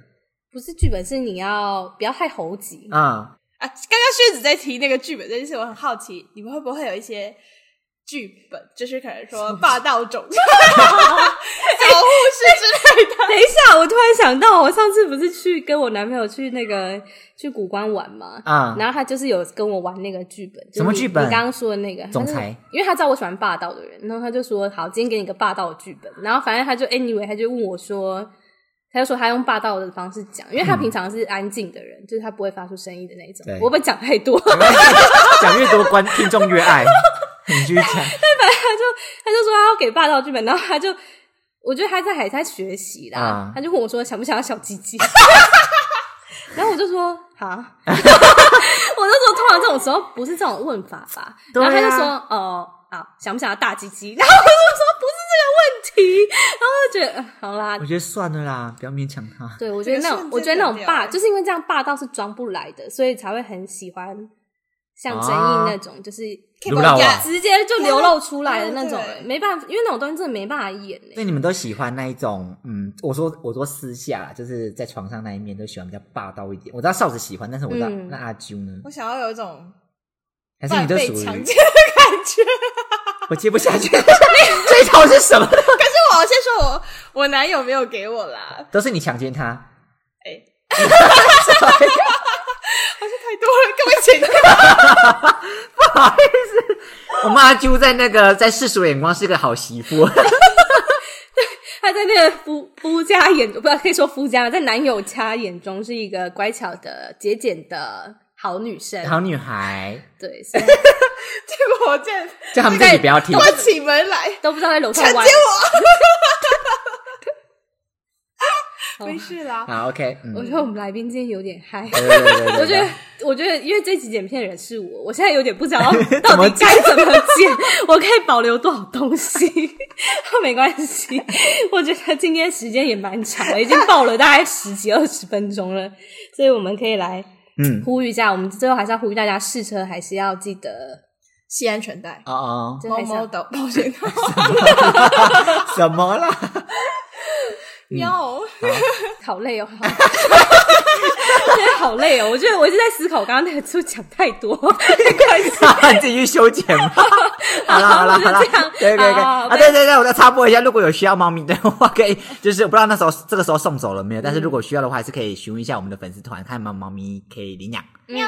Speaker 2: 不是剧本，是你要不要太猴急？
Speaker 1: 啊。
Speaker 3: 啊，刚刚薛子在提那个剧本这件事，我很好奇，你们会不会有一些剧本，就是可能说霸道 总 裁、小护士之类的。
Speaker 2: 等一下，我突然想到，我上次不是去跟我男朋友去那个去古关玩嘛，
Speaker 1: 啊
Speaker 2: 然后他就是有跟我玩那个剧本，就是
Speaker 1: 什么
Speaker 2: 你
Speaker 1: 剧本
Speaker 2: 你刚刚说的那个
Speaker 1: 总
Speaker 2: 他就
Speaker 1: 裁
Speaker 2: 因为他知道我喜欢霸道的人，然后他就说好，今天给你个霸道的剧本，然后反正他就 anyway，他就问我说。他就说他用霸道的方式讲，因为他平常是安静的人，就是他不会发出声音的那一种。
Speaker 1: 对
Speaker 2: 我会不会讲太多？
Speaker 1: 讲越多观听众越 爱，你继续讲。
Speaker 2: 他就说他要给霸道剧本，然后他就，我觉得他在还在学习啦，
Speaker 1: 啊
Speaker 2: 他就问我说想不想要小鸡 鸡，然后我就说好， 我就说通常这种时候不是这种问法吧，
Speaker 1: 对
Speaker 2: 然
Speaker 1: 啊
Speaker 2: 后他就说哦。好，想不想要大鸡鸡？ 然后我就说不是这个问题，然后我就觉得、呃好啦
Speaker 1: 我，觉得算了啦，不要勉强他。
Speaker 2: 对我觉得那
Speaker 3: 这
Speaker 2: 种
Speaker 3: 个，
Speaker 2: 我觉得那种
Speaker 3: 瞬间冷
Speaker 2: 霸，
Speaker 3: 掉
Speaker 2: 就是因为这样霸道是装不来的，所以才会很喜欢像曾
Speaker 1: 啊
Speaker 2: 毅那种，就是
Speaker 1: 卢老啊
Speaker 2: 直接就流露出来的那种
Speaker 3: 对
Speaker 2: 人，没办法，因为那种东西真的没办法演欸
Speaker 1: 所以你们都喜欢那一种，嗯，我说我说私下啦就是在床上那一面都喜欢比较霸道一点。我知道少子喜欢，但是我知道、
Speaker 2: 嗯
Speaker 1: 那阿啾呢？
Speaker 3: 我想要有一种
Speaker 1: 还是
Speaker 3: 半
Speaker 1: 你就
Speaker 3: 被
Speaker 1: 属
Speaker 3: 强
Speaker 1: 于
Speaker 3: 奸 的感觉。
Speaker 1: 我接不下去， 最讨是什么？
Speaker 3: 可是我先说我我男友没有给我啦，
Speaker 1: 都是你强奸他，
Speaker 3: 哎、
Speaker 1: Sorry，
Speaker 3: 好像太多了，跟我一起
Speaker 1: 我们阿啾在那个在世俗眼光是个好媳 妇，
Speaker 2: 他在那个夫夫家眼，不可以说夫家，在男友家眼中是一个乖巧的、节俭的好女生。
Speaker 1: 好女孩，
Speaker 2: 对，所以
Speaker 3: 结果我竟然
Speaker 1: 叫他们自己不要听。
Speaker 3: 关起门来，
Speaker 2: 都不知道在楼上玩。哦
Speaker 3: 没事啦。
Speaker 1: 好，OK，嗯，
Speaker 2: 我觉得我们来宾今天有点嗨。
Speaker 1: 对对对对对
Speaker 2: 我觉得，我觉得，因为这集剪片的人是我，我现在有点不知道到
Speaker 1: 怎么
Speaker 2: 底该怎么剪，我可以保留多少东西， 没关系。我觉得今天时间也蛮长了，已经爆了大概十几二十分钟了，所以我们可以来
Speaker 1: 嗯，
Speaker 2: 呼吁一下，我们最后还是要呼吁大家试车，还是要记得，
Speaker 3: 系安全带，
Speaker 1: 哦哦，
Speaker 2: 就
Speaker 3: 猫
Speaker 2: 还是要
Speaker 3: 猫的保险套，
Speaker 1: 什么啦？
Speaker 3: 喵。
Speaker 2: 好累哦，好 真的好累哦。我觉得我一直在思考，刚刚那个是不是讲太多？ 没关系，
Speaker 1: 你自己去修剪吧。好啦好啦好啦
Speaker 2: 就是这样，
Speaker 1: 对对对
Speaker 2: 好好
Speaker 1: 啊，
Speaker 2: 拜
Speaker 1: 对对对，我再插播一下，如果有需要猫咪的话，可以就是我不知道那时候这个时候送走了没有，但是如果需要的话，还是可以询问一下我们的粉丝团，看有没有猫咪可以领养。
Speaker 2: 喵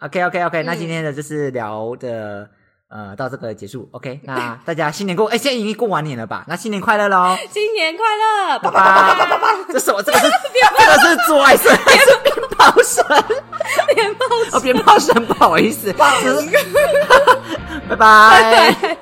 Speaker 1: OK OK OK，那今天的就是聊的。呃，到这个结束，OK，那大家新年过，哎、现在已经过完年了吧？那新年快乐喽！
Speaker 2: 新年快乐，拜
Speaker 1: 爸爸爸爸
Speaker 2: 拜。
Speaker 1: 爸，这是我这个是这个是做爱声还是鞭炮声？
Speaker 2: 鞭炮
Speaker 1: 哦，鞭炮声，不好意思，拜拜。